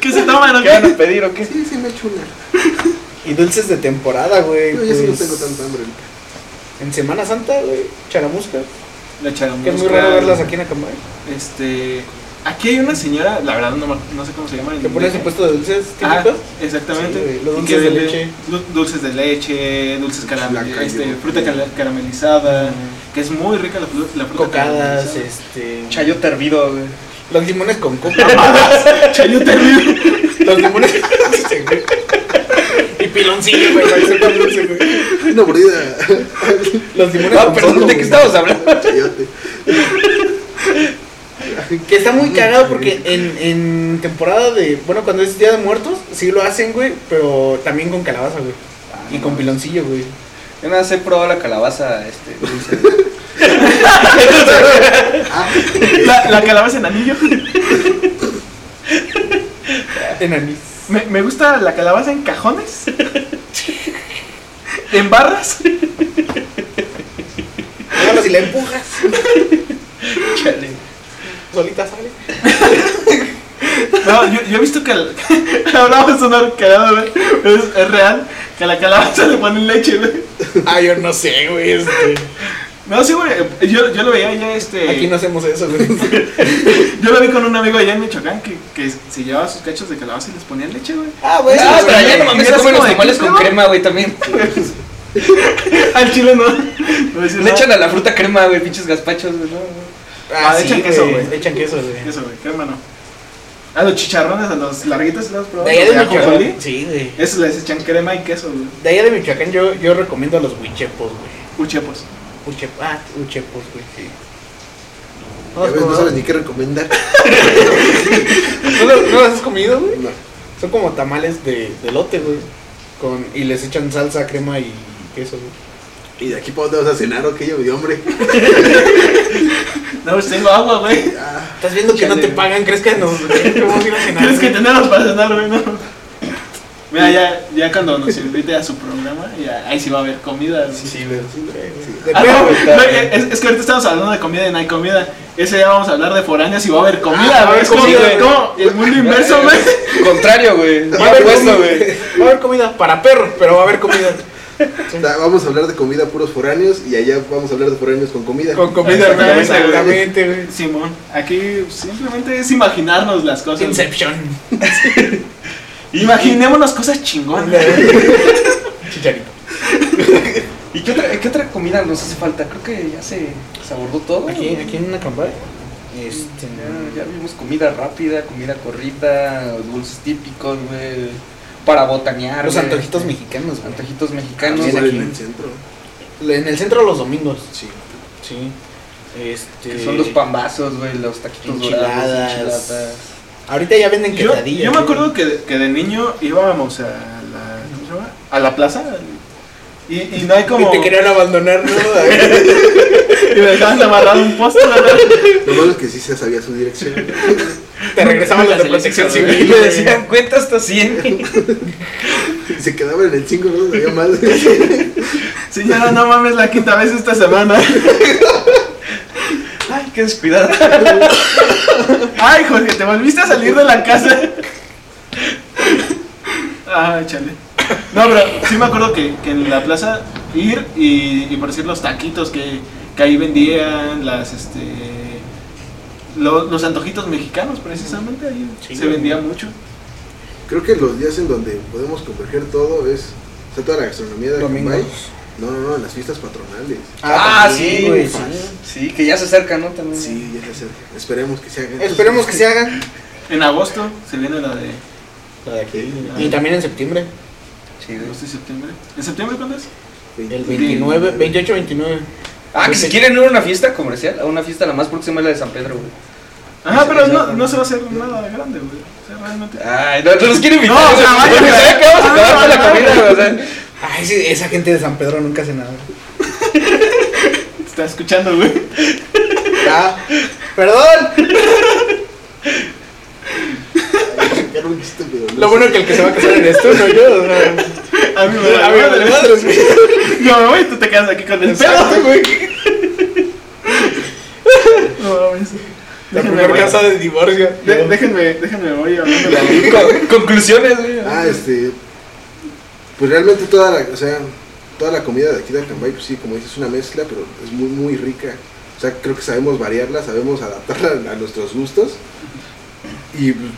B: que se toman
A: ¿qué van
B: aquí.
A: a pedir o qué?
C: Sí, sí me echo una.
D: y dulces de temporada, güey.
C: Yo ya sí no
D: pues,
C: tengo tanta hambre. ahorita.
D: En Semana Santa, güey. Charamusca.
B: La charamusca.
D: Que es muy raro verlas aquí en ¿eh? Acambay.
B: Este. Aquí hay una señora, la verdad no, me- no sé cómo se llama. en
D: Que pone
B: inglés.
D: su puesto de dulces
B: Ah,
D: típicos. Sí,
B: exactamente.
D: güey, los
B: Y
D: dulces
B: que
D: de
B: vende
D: leche.
B: du- Dulces de leche, dulces
C: Flaca,
B: caramelizadas, este,
C: yo-
B: fruta cala- caramelizada, que es muy rica la, fru- la fruta
D: Cocadas,
B: caramelizada.
D: este.
A: Chayote hervido, güey.
D: Los limones con coca.
B: Chayote hervido.
D: los limones. Sí, güey. y piloncillo, güey. parece un dulce, güey.
C: Una mordida.
D: Los limones
A: Ah,
D: con
A: perdón,
D: coca,
A: ¿de qué
D: güey.
A: estabas hablando?
C: Chayote.
D: Que está muy cagado porque en, en temporada de. Bueno, cuando es Ah. Día de Muertos, sí lo hacen, güey, pero también con calabaza, güey. Y con piloncillo, güey.
A: Yo nada más he probado la calabaza, este, dulce.
C: Ah,
B: La, la calabaza en anillo.
D: En anís.
B: Me, me gusta la calabaza en cajones. En barras.
D: Bueno, si la empujas,
A: Chale.
D: solita sale.
B: No, yo, yo he visto que. al- Ahora vamos a sonar cagado, güey. pero Es, es real que a la calabaza le ponen leche, güey.
D: Ah, yo no sé, güey. este,
B: No, sí, güey. Yo, yo lo veía allá, este.
D: Aquí no hacemos eso, güey.
B: Yo lo vi con un amigo allá en Michoacán que, que se llevaba sus cachos de calabaza y les ponían leche, güey.
D: Ah, güey.
A: Ah, pero allá no mames,
B: ¿Eres
A: hacen
B: como
A: los
B: de
A: tamales
B: Quito?
A: con crema, güey, también.
B: Al chile no. no decía
A: Le
B: nada.
A: echan a la fruta crema, güey, pinches gazpachos, güey, no, no.
D: Ah,
B: Ah,
D: sí,
B: echan queso,
D: güey.
B: güey.
D: Echan queso, güey.
B: Eso, güey, crema no. A los chicharrones, a los larguitos, ¿sí ¿los has probado?
D: De allá de
B: Los ajonjolí.
D: Michoacán. Sí, güey.
B: Esos les echan crema y queso, güey.
D: De allá de Michoacán yo, yo recomiendo los huichepos, güey.
B: Uchepos.
D: Uchep, ah, huichepos, güey.
C: ya ves, no sabes ni qué recomendar.
D: ¿No los, no los has comido, güey?
C: No.
D: Son como tamales de, de lote, güey. Con, y les echan salsa, crema y queso, güey.
C: ¿Y de aquí para dónde vas a cenar o qué? Yo me dio hambre.
B: No, pues tengo agua, güey.
C: Ah,
D: Estás viendo que no te pagan, crees que nos vamos a ir a cenar.
B: Tienes que tenerlos para cenar, güey, no. Mira, ya, ya cuando nos invite a su programa, ya, ahí sí va a haber comida. güey.
D: Sí, güey.
C: sí, no, sí.
D: De
B: Ah,
D: perro,
B: no,
D: güey.
B: no, es, es que ahorita estamos hablando de comida y no hay comida. Ese día vamos a hablar de foráneas y va a haber
D: Ah,
B: comida,
D: va a
B: güey.
D: haber
B: Es como,
D: comida, güey.
B: ¿cómo? El mundo inverso, güey.
A: Contrario, güey.
D: Va a haber
A: Opuesto,
D: comida,
A: güey.
D: Va a haber comida para perros, pero va a haber comida
C: O sea, vamos a hablar de comida puros foráneos y allá vamos a hablar de foráneos con comida.
D: con comida. güey.
B: Exactamente, güey.
D: Exactamente, güey.
B: Simón, aquí simplemente es imaginarnos las cosas. güey.
D: Inception.
B: Imaginémonos cosas chingonas.
D: Chicharito.
A: ¿Y qué otra, qué otra comida nos hace falta? Creo que ya se, se abordó todo.
D: Oh, Aquí,
A: güey.
D: aquí en una campaña. Este.
B: Ah,
A: Ya, ya vimos comida rápida, comida corrida, dulces típicos, güey. Para botanear.
D: Los
A: güey.
D: antojitos mexicanos, güey.
A: Antojitos mexicanos.
C: También
A: güey,
C: en el centro.
D: En el centro los domingos.
C: Sí.
D: Sí. Este.
A: que son los pambazos, güey, los taquitos dorados,
D: Enchiladas.
A: enchiladas.
D: Ahorita ya venden
B: Yo,
D: quesadillas.
B: yo me
D: güey.
B: acuerdo que, que de niño íbamos a la, ¿cómo se llama? A la plaza. Y, y no hay como.
D: Y te querían abandonar, ¿no?
B: y me dejaban amarrado un poste. la verdad.
C: Lo malo es que sí se sabía su dirección.
D: te regresaban las de
B: Las del
D: protección
B: Instituto
A: Y
D: civil.
A: le
D: güey.
A: decían, cuenta hasta 100.
C: Y se quedaban en el 5, no sabía más.
B: Señora, no mames, la quinta vez esta semana.
A: Ay, qué descuidada.
B: Ay, Jorge, te volviste a salir de la casa. Ay, chale. No, pero sí me acuerdo que, que en la plaza ir y, y por decir los taquitos que, que ahí vendían, las este lo- los antojitos mexicanos precisamente, ahí
D: Sí,
B: se
D: güey.
B: vendía mucho.
C: Creo que los días en donde podemos converger todo es. O sea, toda la gastronomía de Acambay.
D: Domingos.
C: No, no, no, en las fiestas patronales.
A: Ah,
D: también,
A: sí,
D: güey.
A: sí. Sí, que ya se acerca, ¿no? También.
C: Sí, ya se acerca. Esperemos que se hagan.
D: Esperemos que se hagan.
B: En agosto se viene la de
D: La de aquí.
B: Ah.
D: Y también en septiembre.
A: Sí, güey.
B: agosto y septiembre. ¿En septiembre cuándo es?
D: El 29, 28, 29.
A: Ah, que si quieren ir a una fiesta comercial, a una fiesta la más próxima es la de San Pedro, güey.
B: Ajá, pero no, no se va a hacer nada grande, güey. O sea, realmente.
A: Ay, no, no los quiero invitar.
B: No,
A: o sea,
B: jamás,
A: porque
B: güey.
A: saben que vamos a acabar con la comida, güey, o sea.
D: Ay, sí, esa gente de San Pedro nunca hace nada.
B: Te está escuchando, güey.
D: Ah, perdón.
C: Era un chiste, pero no
D: Lo bueno es que el que se va a casar eres tú, no yo. o sea.
B: A mí me
D: A mí me vale madres, güey.
B: Yo me voy y tú te quedas aquí con el pedo.
D: Exacto, güey.
B: No mames.
D: La
B: Déjenme,
D: primera
B: voy.
D: casa de divorcio.
B: De- déjenme, déjenme, voy hablando de la
A: Con- conclusiones, güey.
C: Ah, este. Pues realmente toda la, o sea, toda la comida de aquí de Acambay, pues sí, como dices, es una mezcla, pero es muy, muy rica. O sea, creo que sabemos variarla, sabemos adaptarla a nuestros gustos. Y pues,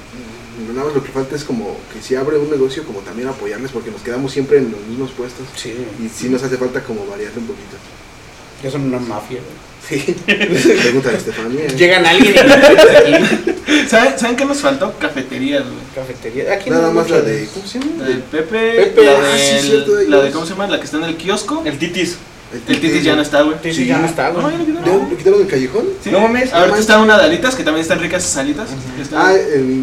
C: nada más lo que falta es como que si abre un negocio, como también apoyarles, porque nos quedamos siempre en los mismos puestos.
D: Sí,
C: Y sí nos hace falta como variarle un poquito.
D: ya son una mafia. güey.
C: Sí. Pregunta de Estefanía.
D: Llegan alguien y
B: ¿Saben, ¿Saben qué nos faltó? Cafeterías, güey.
D: cafetería. Aquí
C: Nada
D: no
C: más la
D: mucho.
C: de. ¿Cómo se
B: La
C: llama?
B: de Pepe,
D: Pepe,
B: la,
C: ah,
B: del-
C: sí, cierto, de
B: la de,
C: ellos.
B: ¿cómo se llama? La que está en el kiosco. El,
A: El titis.
B: Titis ya no está, güey.
D: Sí, sí, ya no está, güey.
B: No, ya lo
C: ¿Ya
B: quitaron.
C: ¿Lo quitaron del callejón?
B: Sí.
A: No mames.
B: Ahorita están unas dalitas que también están ricas esas alitas. Están-
C: Ah, el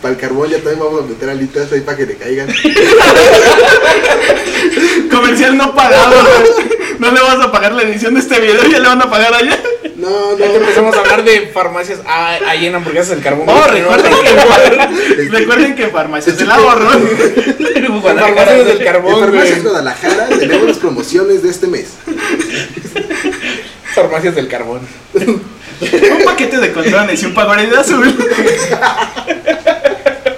C: para el carbón ya también vamos a meter alitas ahí para que te caigan.
B: Comercial no pagado, güey. No le vas a pagar la edición de este video, ya le van a pagar allá.
C: No,
D: Ya que
C: no.
D: empezamos a hablar de farmacias. Ah, ahí en hamburguesas del carbón.
B: Oh, recuerden que,
C: Es que-
B: recuerden que farmacias del ahorro.
D: En farmacias del
C: En
D: carbón, güey.
C: Farmacias Guadalajara tenemos las promociones de este mes.
D: Farmacias del carbón.
B: Un paquete de condones y un pagaré azul.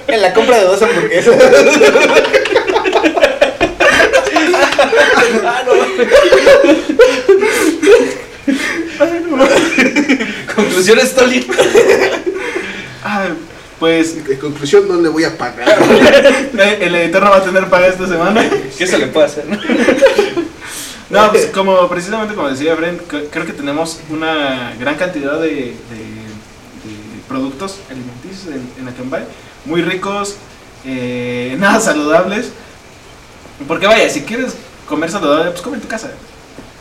D: En la compra de dos hamburguesas.
B: Ah,
A: Conclusión está limpia.
B: Ah, pues eh,
C: En conclusión, no le voy a pagar.
B: el editor no va a tener paga esta semana.
A: ¿Qué se le puede hacer? no?
B: No, pues como precisamente como decía Brent, cre- creo que tenemos una gran cantidad de, de- de productos alimenticios en, en Acambay, muy ricos, eh, nada saludables. Porque vaya, si quieres comer saludable, pues come en tu casa.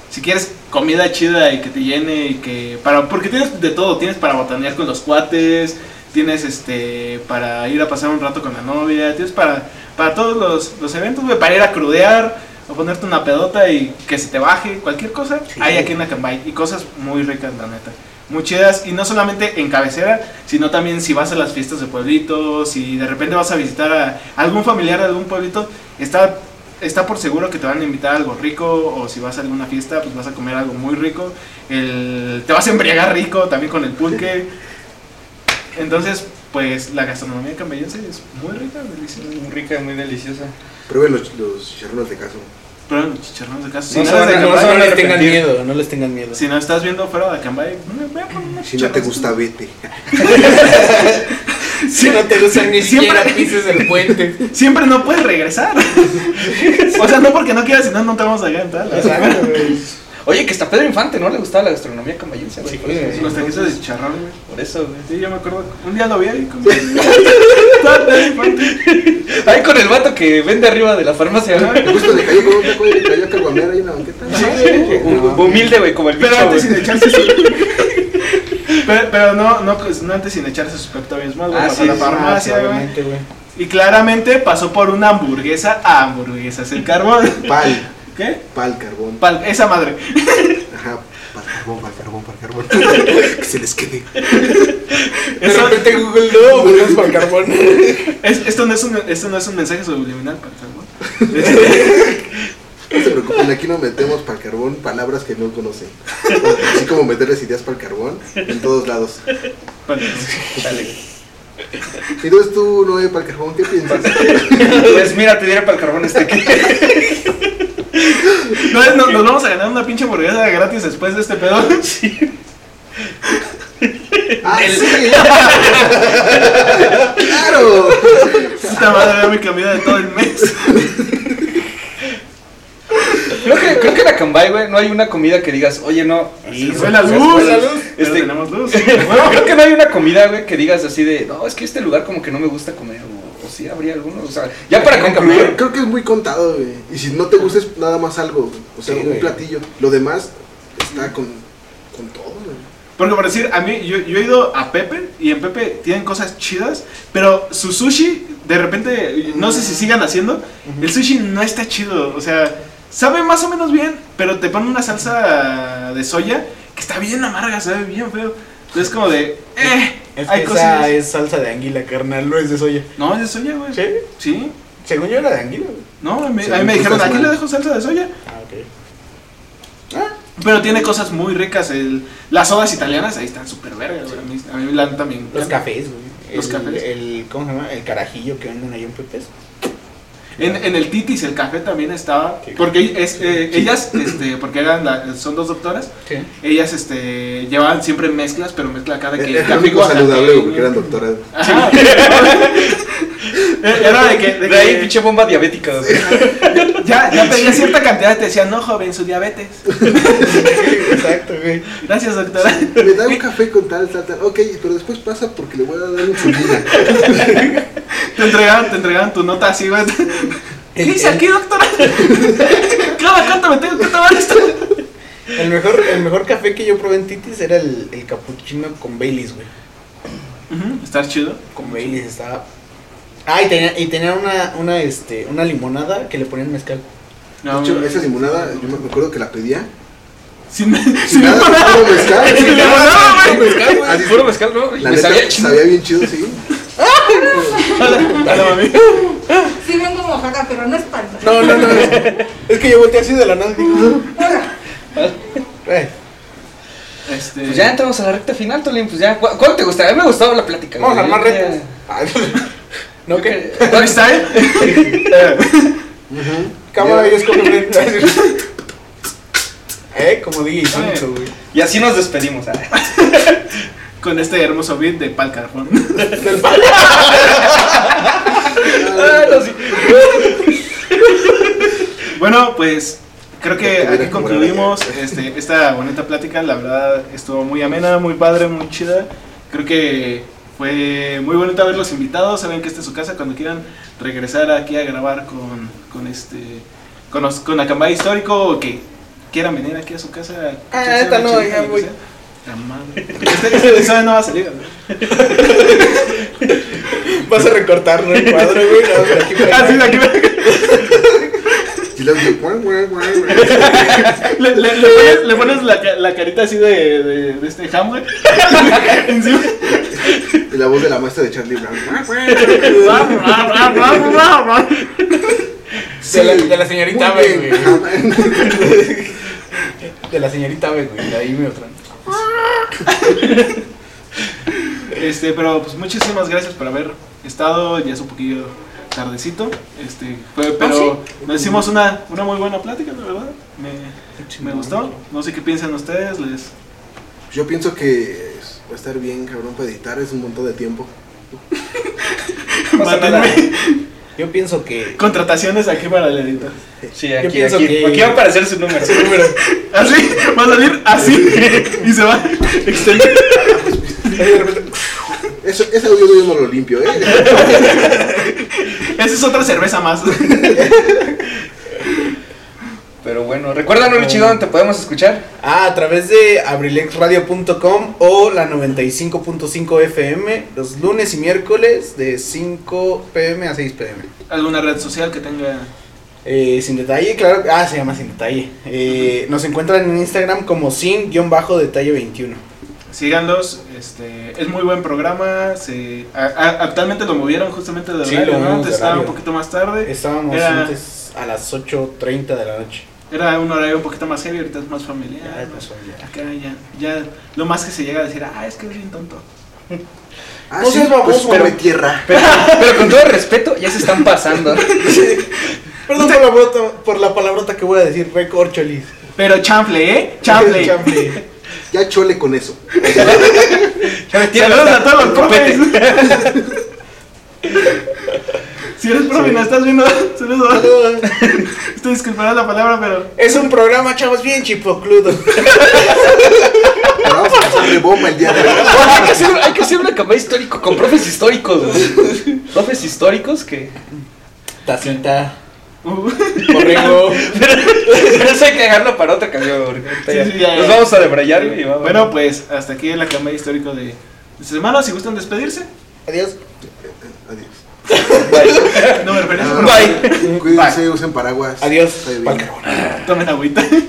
B: Si quieres comida chida y que te llene y que para porque tienes de todo, tienes para botanear con los cuates, tienes este para ir a pasar un rato con la novia, tienes para para todos los, los eventos, güey, para ir a crudear o ponerte una pedota y que se te baje, cualquier cosa, hay aquí en Acambay y cosas muy ricas, la neta. Muy chidas y no solamente en cabecera, sino también si vas a las fiestas de pueblitos, si de repente vas a visitar a algún familiar de algún pueblito, está está por seguro que te van a invitar a algo rico o si vas a alguna fiesta pues vas a comer algo muy rico el, te vas a embriagar rico también con el pulque entonces pues la gastronomía cambayense es muy rica deliciosa
A: Muy rica, muy deliciosa.
C: Prueben los, los chicharrones de caso.
B: pero los chicharrones de casa si
A: No
B: no,
A: se
B: eres
A: van a-
B: de
D: No,
B: Acambay,
D: no les
A: arrepentir.
D: tengan miedo, no les tengan miedo.
B: si no estás viendo fuera de Acambay ve- ve por unos
C: Si no te
B: chicharrones.
C: gusta, vete.
D: Si no te gustan ni
B: Siempre-
D: siquiera pises el puente.
B: siempre no puedes regresar o sea no porque no quieras sino no te vamos a aguantar
D: Exacto, güey.
A: Oye, que hasta Pedro Infante, ¿no? Le gustaba la gastronomía cambayense, güey.
D: Sí,
A: por eso,
D: güey.
B: los taquitos de chicharrón güey.
A: Por eso, güey.
B: Sí, yo me acuerdo. Un día lo vi ahí como. Estaba tan fuerte.
A: Ahí con el vato que vende arriba de la farmacia, ¿no?
C: ¿Te gusta? Le cayó con un taco de cayó caguamero ahí en la banqueta.
A: Hu- Humilde, güey, como el bicho,
B: Pero antes sin
A: güey.
B: echarse su. Pero, pero no, no, pues, no antes sin echarse su pepto mismo, güey.
A: Ah, sí,
B: pasó a la
A: sí,
B: farmacia, güey.
D: Obviamente, güey.
B: Y claramente pasó por una hamburguesa a hamburguesas el carbón.
C: Pal,
B: ¿Qué?
C: pal, carbón.
B: Pal- esa madre.
C: Ajá, pal, carbón, pal, carbón, pal, carbón. Que se les quede.
D: De
B: Eso-
D: repente Google no, volvemos para el carbón.
B: es- esto, no es un, esto no es un mensaje subliminal para el carbón.
C: No se preocupen, aquí no metemos pal, carbón palabras que no conocen. Así como meterles ideas pal, carbón en todos lados.
B: Para el-
A: Dale.
C: Y entonces tú, Noé, pal, carbón, ¿qué piensas?
A: Pues mira, te diré para el carbón este que.
B: No, es- no- nos vamos a ganar una pinche hamburguesa gratis después de este pedo.
C: ¡Ah, sí! ¡Claro!
B: Esta madre era mi comida de todo el mes.
A: Creo que, creo que en Acambay, güey, no hay una comida que digas, oye, no.
B: Se
A: hijo,
B: fue la
A: se
B: luz.
A: fue la luz.
B: Pero
A: Este,
B: tenemos luz.
A: Bueno, creo que no hay una comida, güey, que digas así de, no, es que este lugar como que no me gusta comer, o, o sí habría alguno, o sea, ya para
C: Creo,
A: concluir.
C: creo que es muy contado, güey. Y si no te gusta es nada más algo, güey. o sea,
D: Sí,
C: un
D: güey.
C: platillo. Lo demás está con, con todo, güey.
B: Porque por decir, a mí, yo, yo he ido a Pepe y en Pepe tienen cosas chidas, pero su sushi, de repente, no sé si sigan haciendo, el sushi no está chido, o sea, sabe más o menos bien, pero te ponen una salsa de soya que está bien amarga, sabe bien feo. Entonces como de, eh,
D: Es que
B: hay
D: esa
B: cosas...
D: es salsa de anguila, carnal, no es de soya.
B: No, es de soya, güey.
D: ¿Sí?
B: Sí.
D: Según yo era de anguila, güey.
B: No, a mí,
C: Sí,
B: a mí me
C: tú
B: dijeron,
C: estás
B: aquí
C: mal.
B: le dejo salsa de soya.
D: Ah, ok.
B: Pero tiene cosas muy ricas. El, las sodas italianas ahí están súper vergas. güey, A mí, a mí la- también.
D: Los cafés, güey.
B: Los
D: El-
B: cafés.
D: El, ¿cómo se llama? El carajillo que venden ahí en Pepe's.
B: En, en el Titis el café también estaba. Porque es, eh, ellas, este, porque eran la- son dos doctoras,
D: Sí.
B: ellas este, llevaban siempre mezclas, pero mezcla cada que
C: Era Eh, algo saludable, güey, porque eran doctoras.
B: Ajá. Eh, Era de que, de
A: De ahí,
B: que
A: pinche bomba diabética, güey.
B: ya, ya pedía cierta cantidad y te decían, no joven, su diabetes.
D: Exacto, güey.
B: Gracias doctora.
C: Me da un café con tal, tal, tal. Ok, pero después pasa porque le voy a dar insulina.
B: Te entregaban, te entregaban tu nota así, güey. ¿Qué
D: El-
B: hice
D: el-
B: aquí doctora? Cada cuánto me tengo que tomar esto.
D: El mejor, el mejor café que yo probé en Titis era el, el capuchino con Baileys, güey.
B: Ujú, Está chido.
D: Con Baileys estaba. Ah, y tenía, y tenía una, una, este, una limonada que le ponían mezcal.
C: De
B: No,
C: hecho,
B: güey.
C: esa limonada, yo me acuerdo que la pedía.
B: Sin,
C: Sin
B: sin
C: nada,
B: limonada.
C: puro mezcal.
B: Sin
C: güey.
B: limonada, güey.
A: Mezcal,
C: Así
A: güey.
C: es.
A: Puro mezcal, ¿no? Y
C: La
A: me
C: neta, pues,
A: sabía chido.
C: sabía bien chido, sí.
B: Dale, mami.
E: Sí vengo mojada, pero no es panza.
D: No, no, no. es, es que yo volteé así de la nada y "Ah". digo,
E: Hola.
D: "Eh,
B: Este,
A: Pues ya entramos a la recta final, Tolín. Pues ya, ¿Cu- ¿cuál te gusta? A mí me gustaba la plática.
D: vamos a
A: güey.
D: armar
A: Ya-
D: retos. Ay, ¿No qué?
A: ¿Cuál está?
B: ¿Freestyle?
C: Ujú.
D: Cámara,
C: Ya.
D: yo escojo frente. Eh, como DJ Sancho, güey.
A: Y así nos despedimos. ah.
B: Con este hermoso beat de Pal Carfón.
D: Del palo.
A: Ah, no, sí.
B: Bueno, pues creo que
C: Te hubiera
B: aquí concluimos este, esta bonita plática. La verdad estuvo muy amena, muy padre, muy chida. Creo que fue muy bonito haberlos invitado. Saben que esta es su casa. Cuando quieran regresar aquí a grabar con, con este con, los- con Acambay Histórico o que quieran venir aquí a su casa.
D: Ah,
B: echarse
D: esta
B: una
D: no,
B: chelita,
D: ya
B: lo que
D: voy.
B: sea. La madre. Este, este episodio no va a salir. ¿no?
D: Vas a recortar, ¿no? El cuadro, güey. nada más por aquí, por
B: Ah, sí,
D: allá.
B: de aquí
C: Y luego yo, guau, guau, guau, guau.
B: Le, le- le pones, le pones la, ca- la carita así de, de, de este ham, güey. Encima.
C: Y la voz de la maestra de Charlie Brown.
D: Ah,
C: guau, guau.
D: De la- de la señorita
C: Muy
D: B,
C: bien.
D: güey.
C: Ah, man.
D: De la señorita B, güey. De ahí me otra.
B: Este, pero pues muchísimas gracias por haber estado. Ya es un poquillo tardecito. Este, fue- pero nos hicimos una, una muy buena plática, la verdad. Me, me gustó. No sé qué piensan ustedes. Les...
C: Yo pienso que es- va a estar bien, cabrón, para editar. Es un montón de tiempo.
A: Pasa nada.
B: Mátenme.
D: Yo pienso que.
B: Contrataciones aquí para el editor.
A: Sí, aquí,
D: pienso
A: aquí.
D: que-
A: Aquí va a aparecer su número.
B: Así, Ah, va a salir así. Y se va. Extender.
C: Eso, ese audio yo no lo limpio, ¿eh?
B: Esa es otra cerveza más.
A: Pero bueno, recuerda, Richie, ¿dónde te podemos escuchar?
D: Ah, a través de abrilexradio.com o la 95.5 FM los lunes y miércoles de 5 pm a 6 pm.
B: ¿Alguna red social que tenga?
D: Eh, sin detalle, claro. Ah, se llama sin detalle. Eh, nos encuentran en Instagram como sin-detalle21.
B: Síganlos, este, es muy buen programa, se, a- a- actualmente lo movieron justamente de
D: Sí,
B: horario, ¿no?
D: lo movimos
B: Antes
D: de
B: estaba un
D: horario.
B: poquito más tarde,
D: Estábamos
B: Era-
D: antes a las 8.30 de la noche.
B: era un horario un poquito más heavy, ahorita es más familiar,
D: Ya,
B: más-
D: pues, ya.
B: acá ya, ya, lo más que se llega a decir, ah, es que es bien tonto.
C: Ah,
D: No
C: sí,
D: seas baboso,
C: pues come
D: pero-
C: tierra.
A: Pero, pero con todo respeto, ya se están pasando.
D: Perdón por la, brota- por la palabrota que voy a decir, recorcholis.
B: Pero chanfle, ¿eh? Chanfle.
D: Chanfle.
C: Ya chole con eso.
A: Ya me tiran
B: Saludos
A: hasta
B: a todos los
A: el copete.
B: profes. si eres profe y no estás viendo, saludos. Estoy disculpando la palabra, pero...
D: Es un programa, chavos, bien chipocludo.
C: Pero vamos a pasar de bomba el día de hoy.
A: Bueno, hay, que hacer, hay que hacer una campaña histórico con profes históricos. güey. Profes históricos que.
D: Tacita.
B: Uh.
D: Corrego.
A: Pero eso hay que dejarlo para otra canción. porque ahorita
B: Sí,
A: ya-
B: sí, ya,
A: Nos
B: ya.
A: vamos a debrayar güey, y vamos.
B: Bueno, pues hasta aquí la cámara histórico de esta semana. Si gustan despedirse,
D: Adiós.
C: Adiós.
B: no me refería,
C: Ah,
B: pero
A: Bye.
C: Cuídense, usen paraguas.
D: Adiós.
C: Está bien.
D: Pa'l carbón.
B: tomen agüita.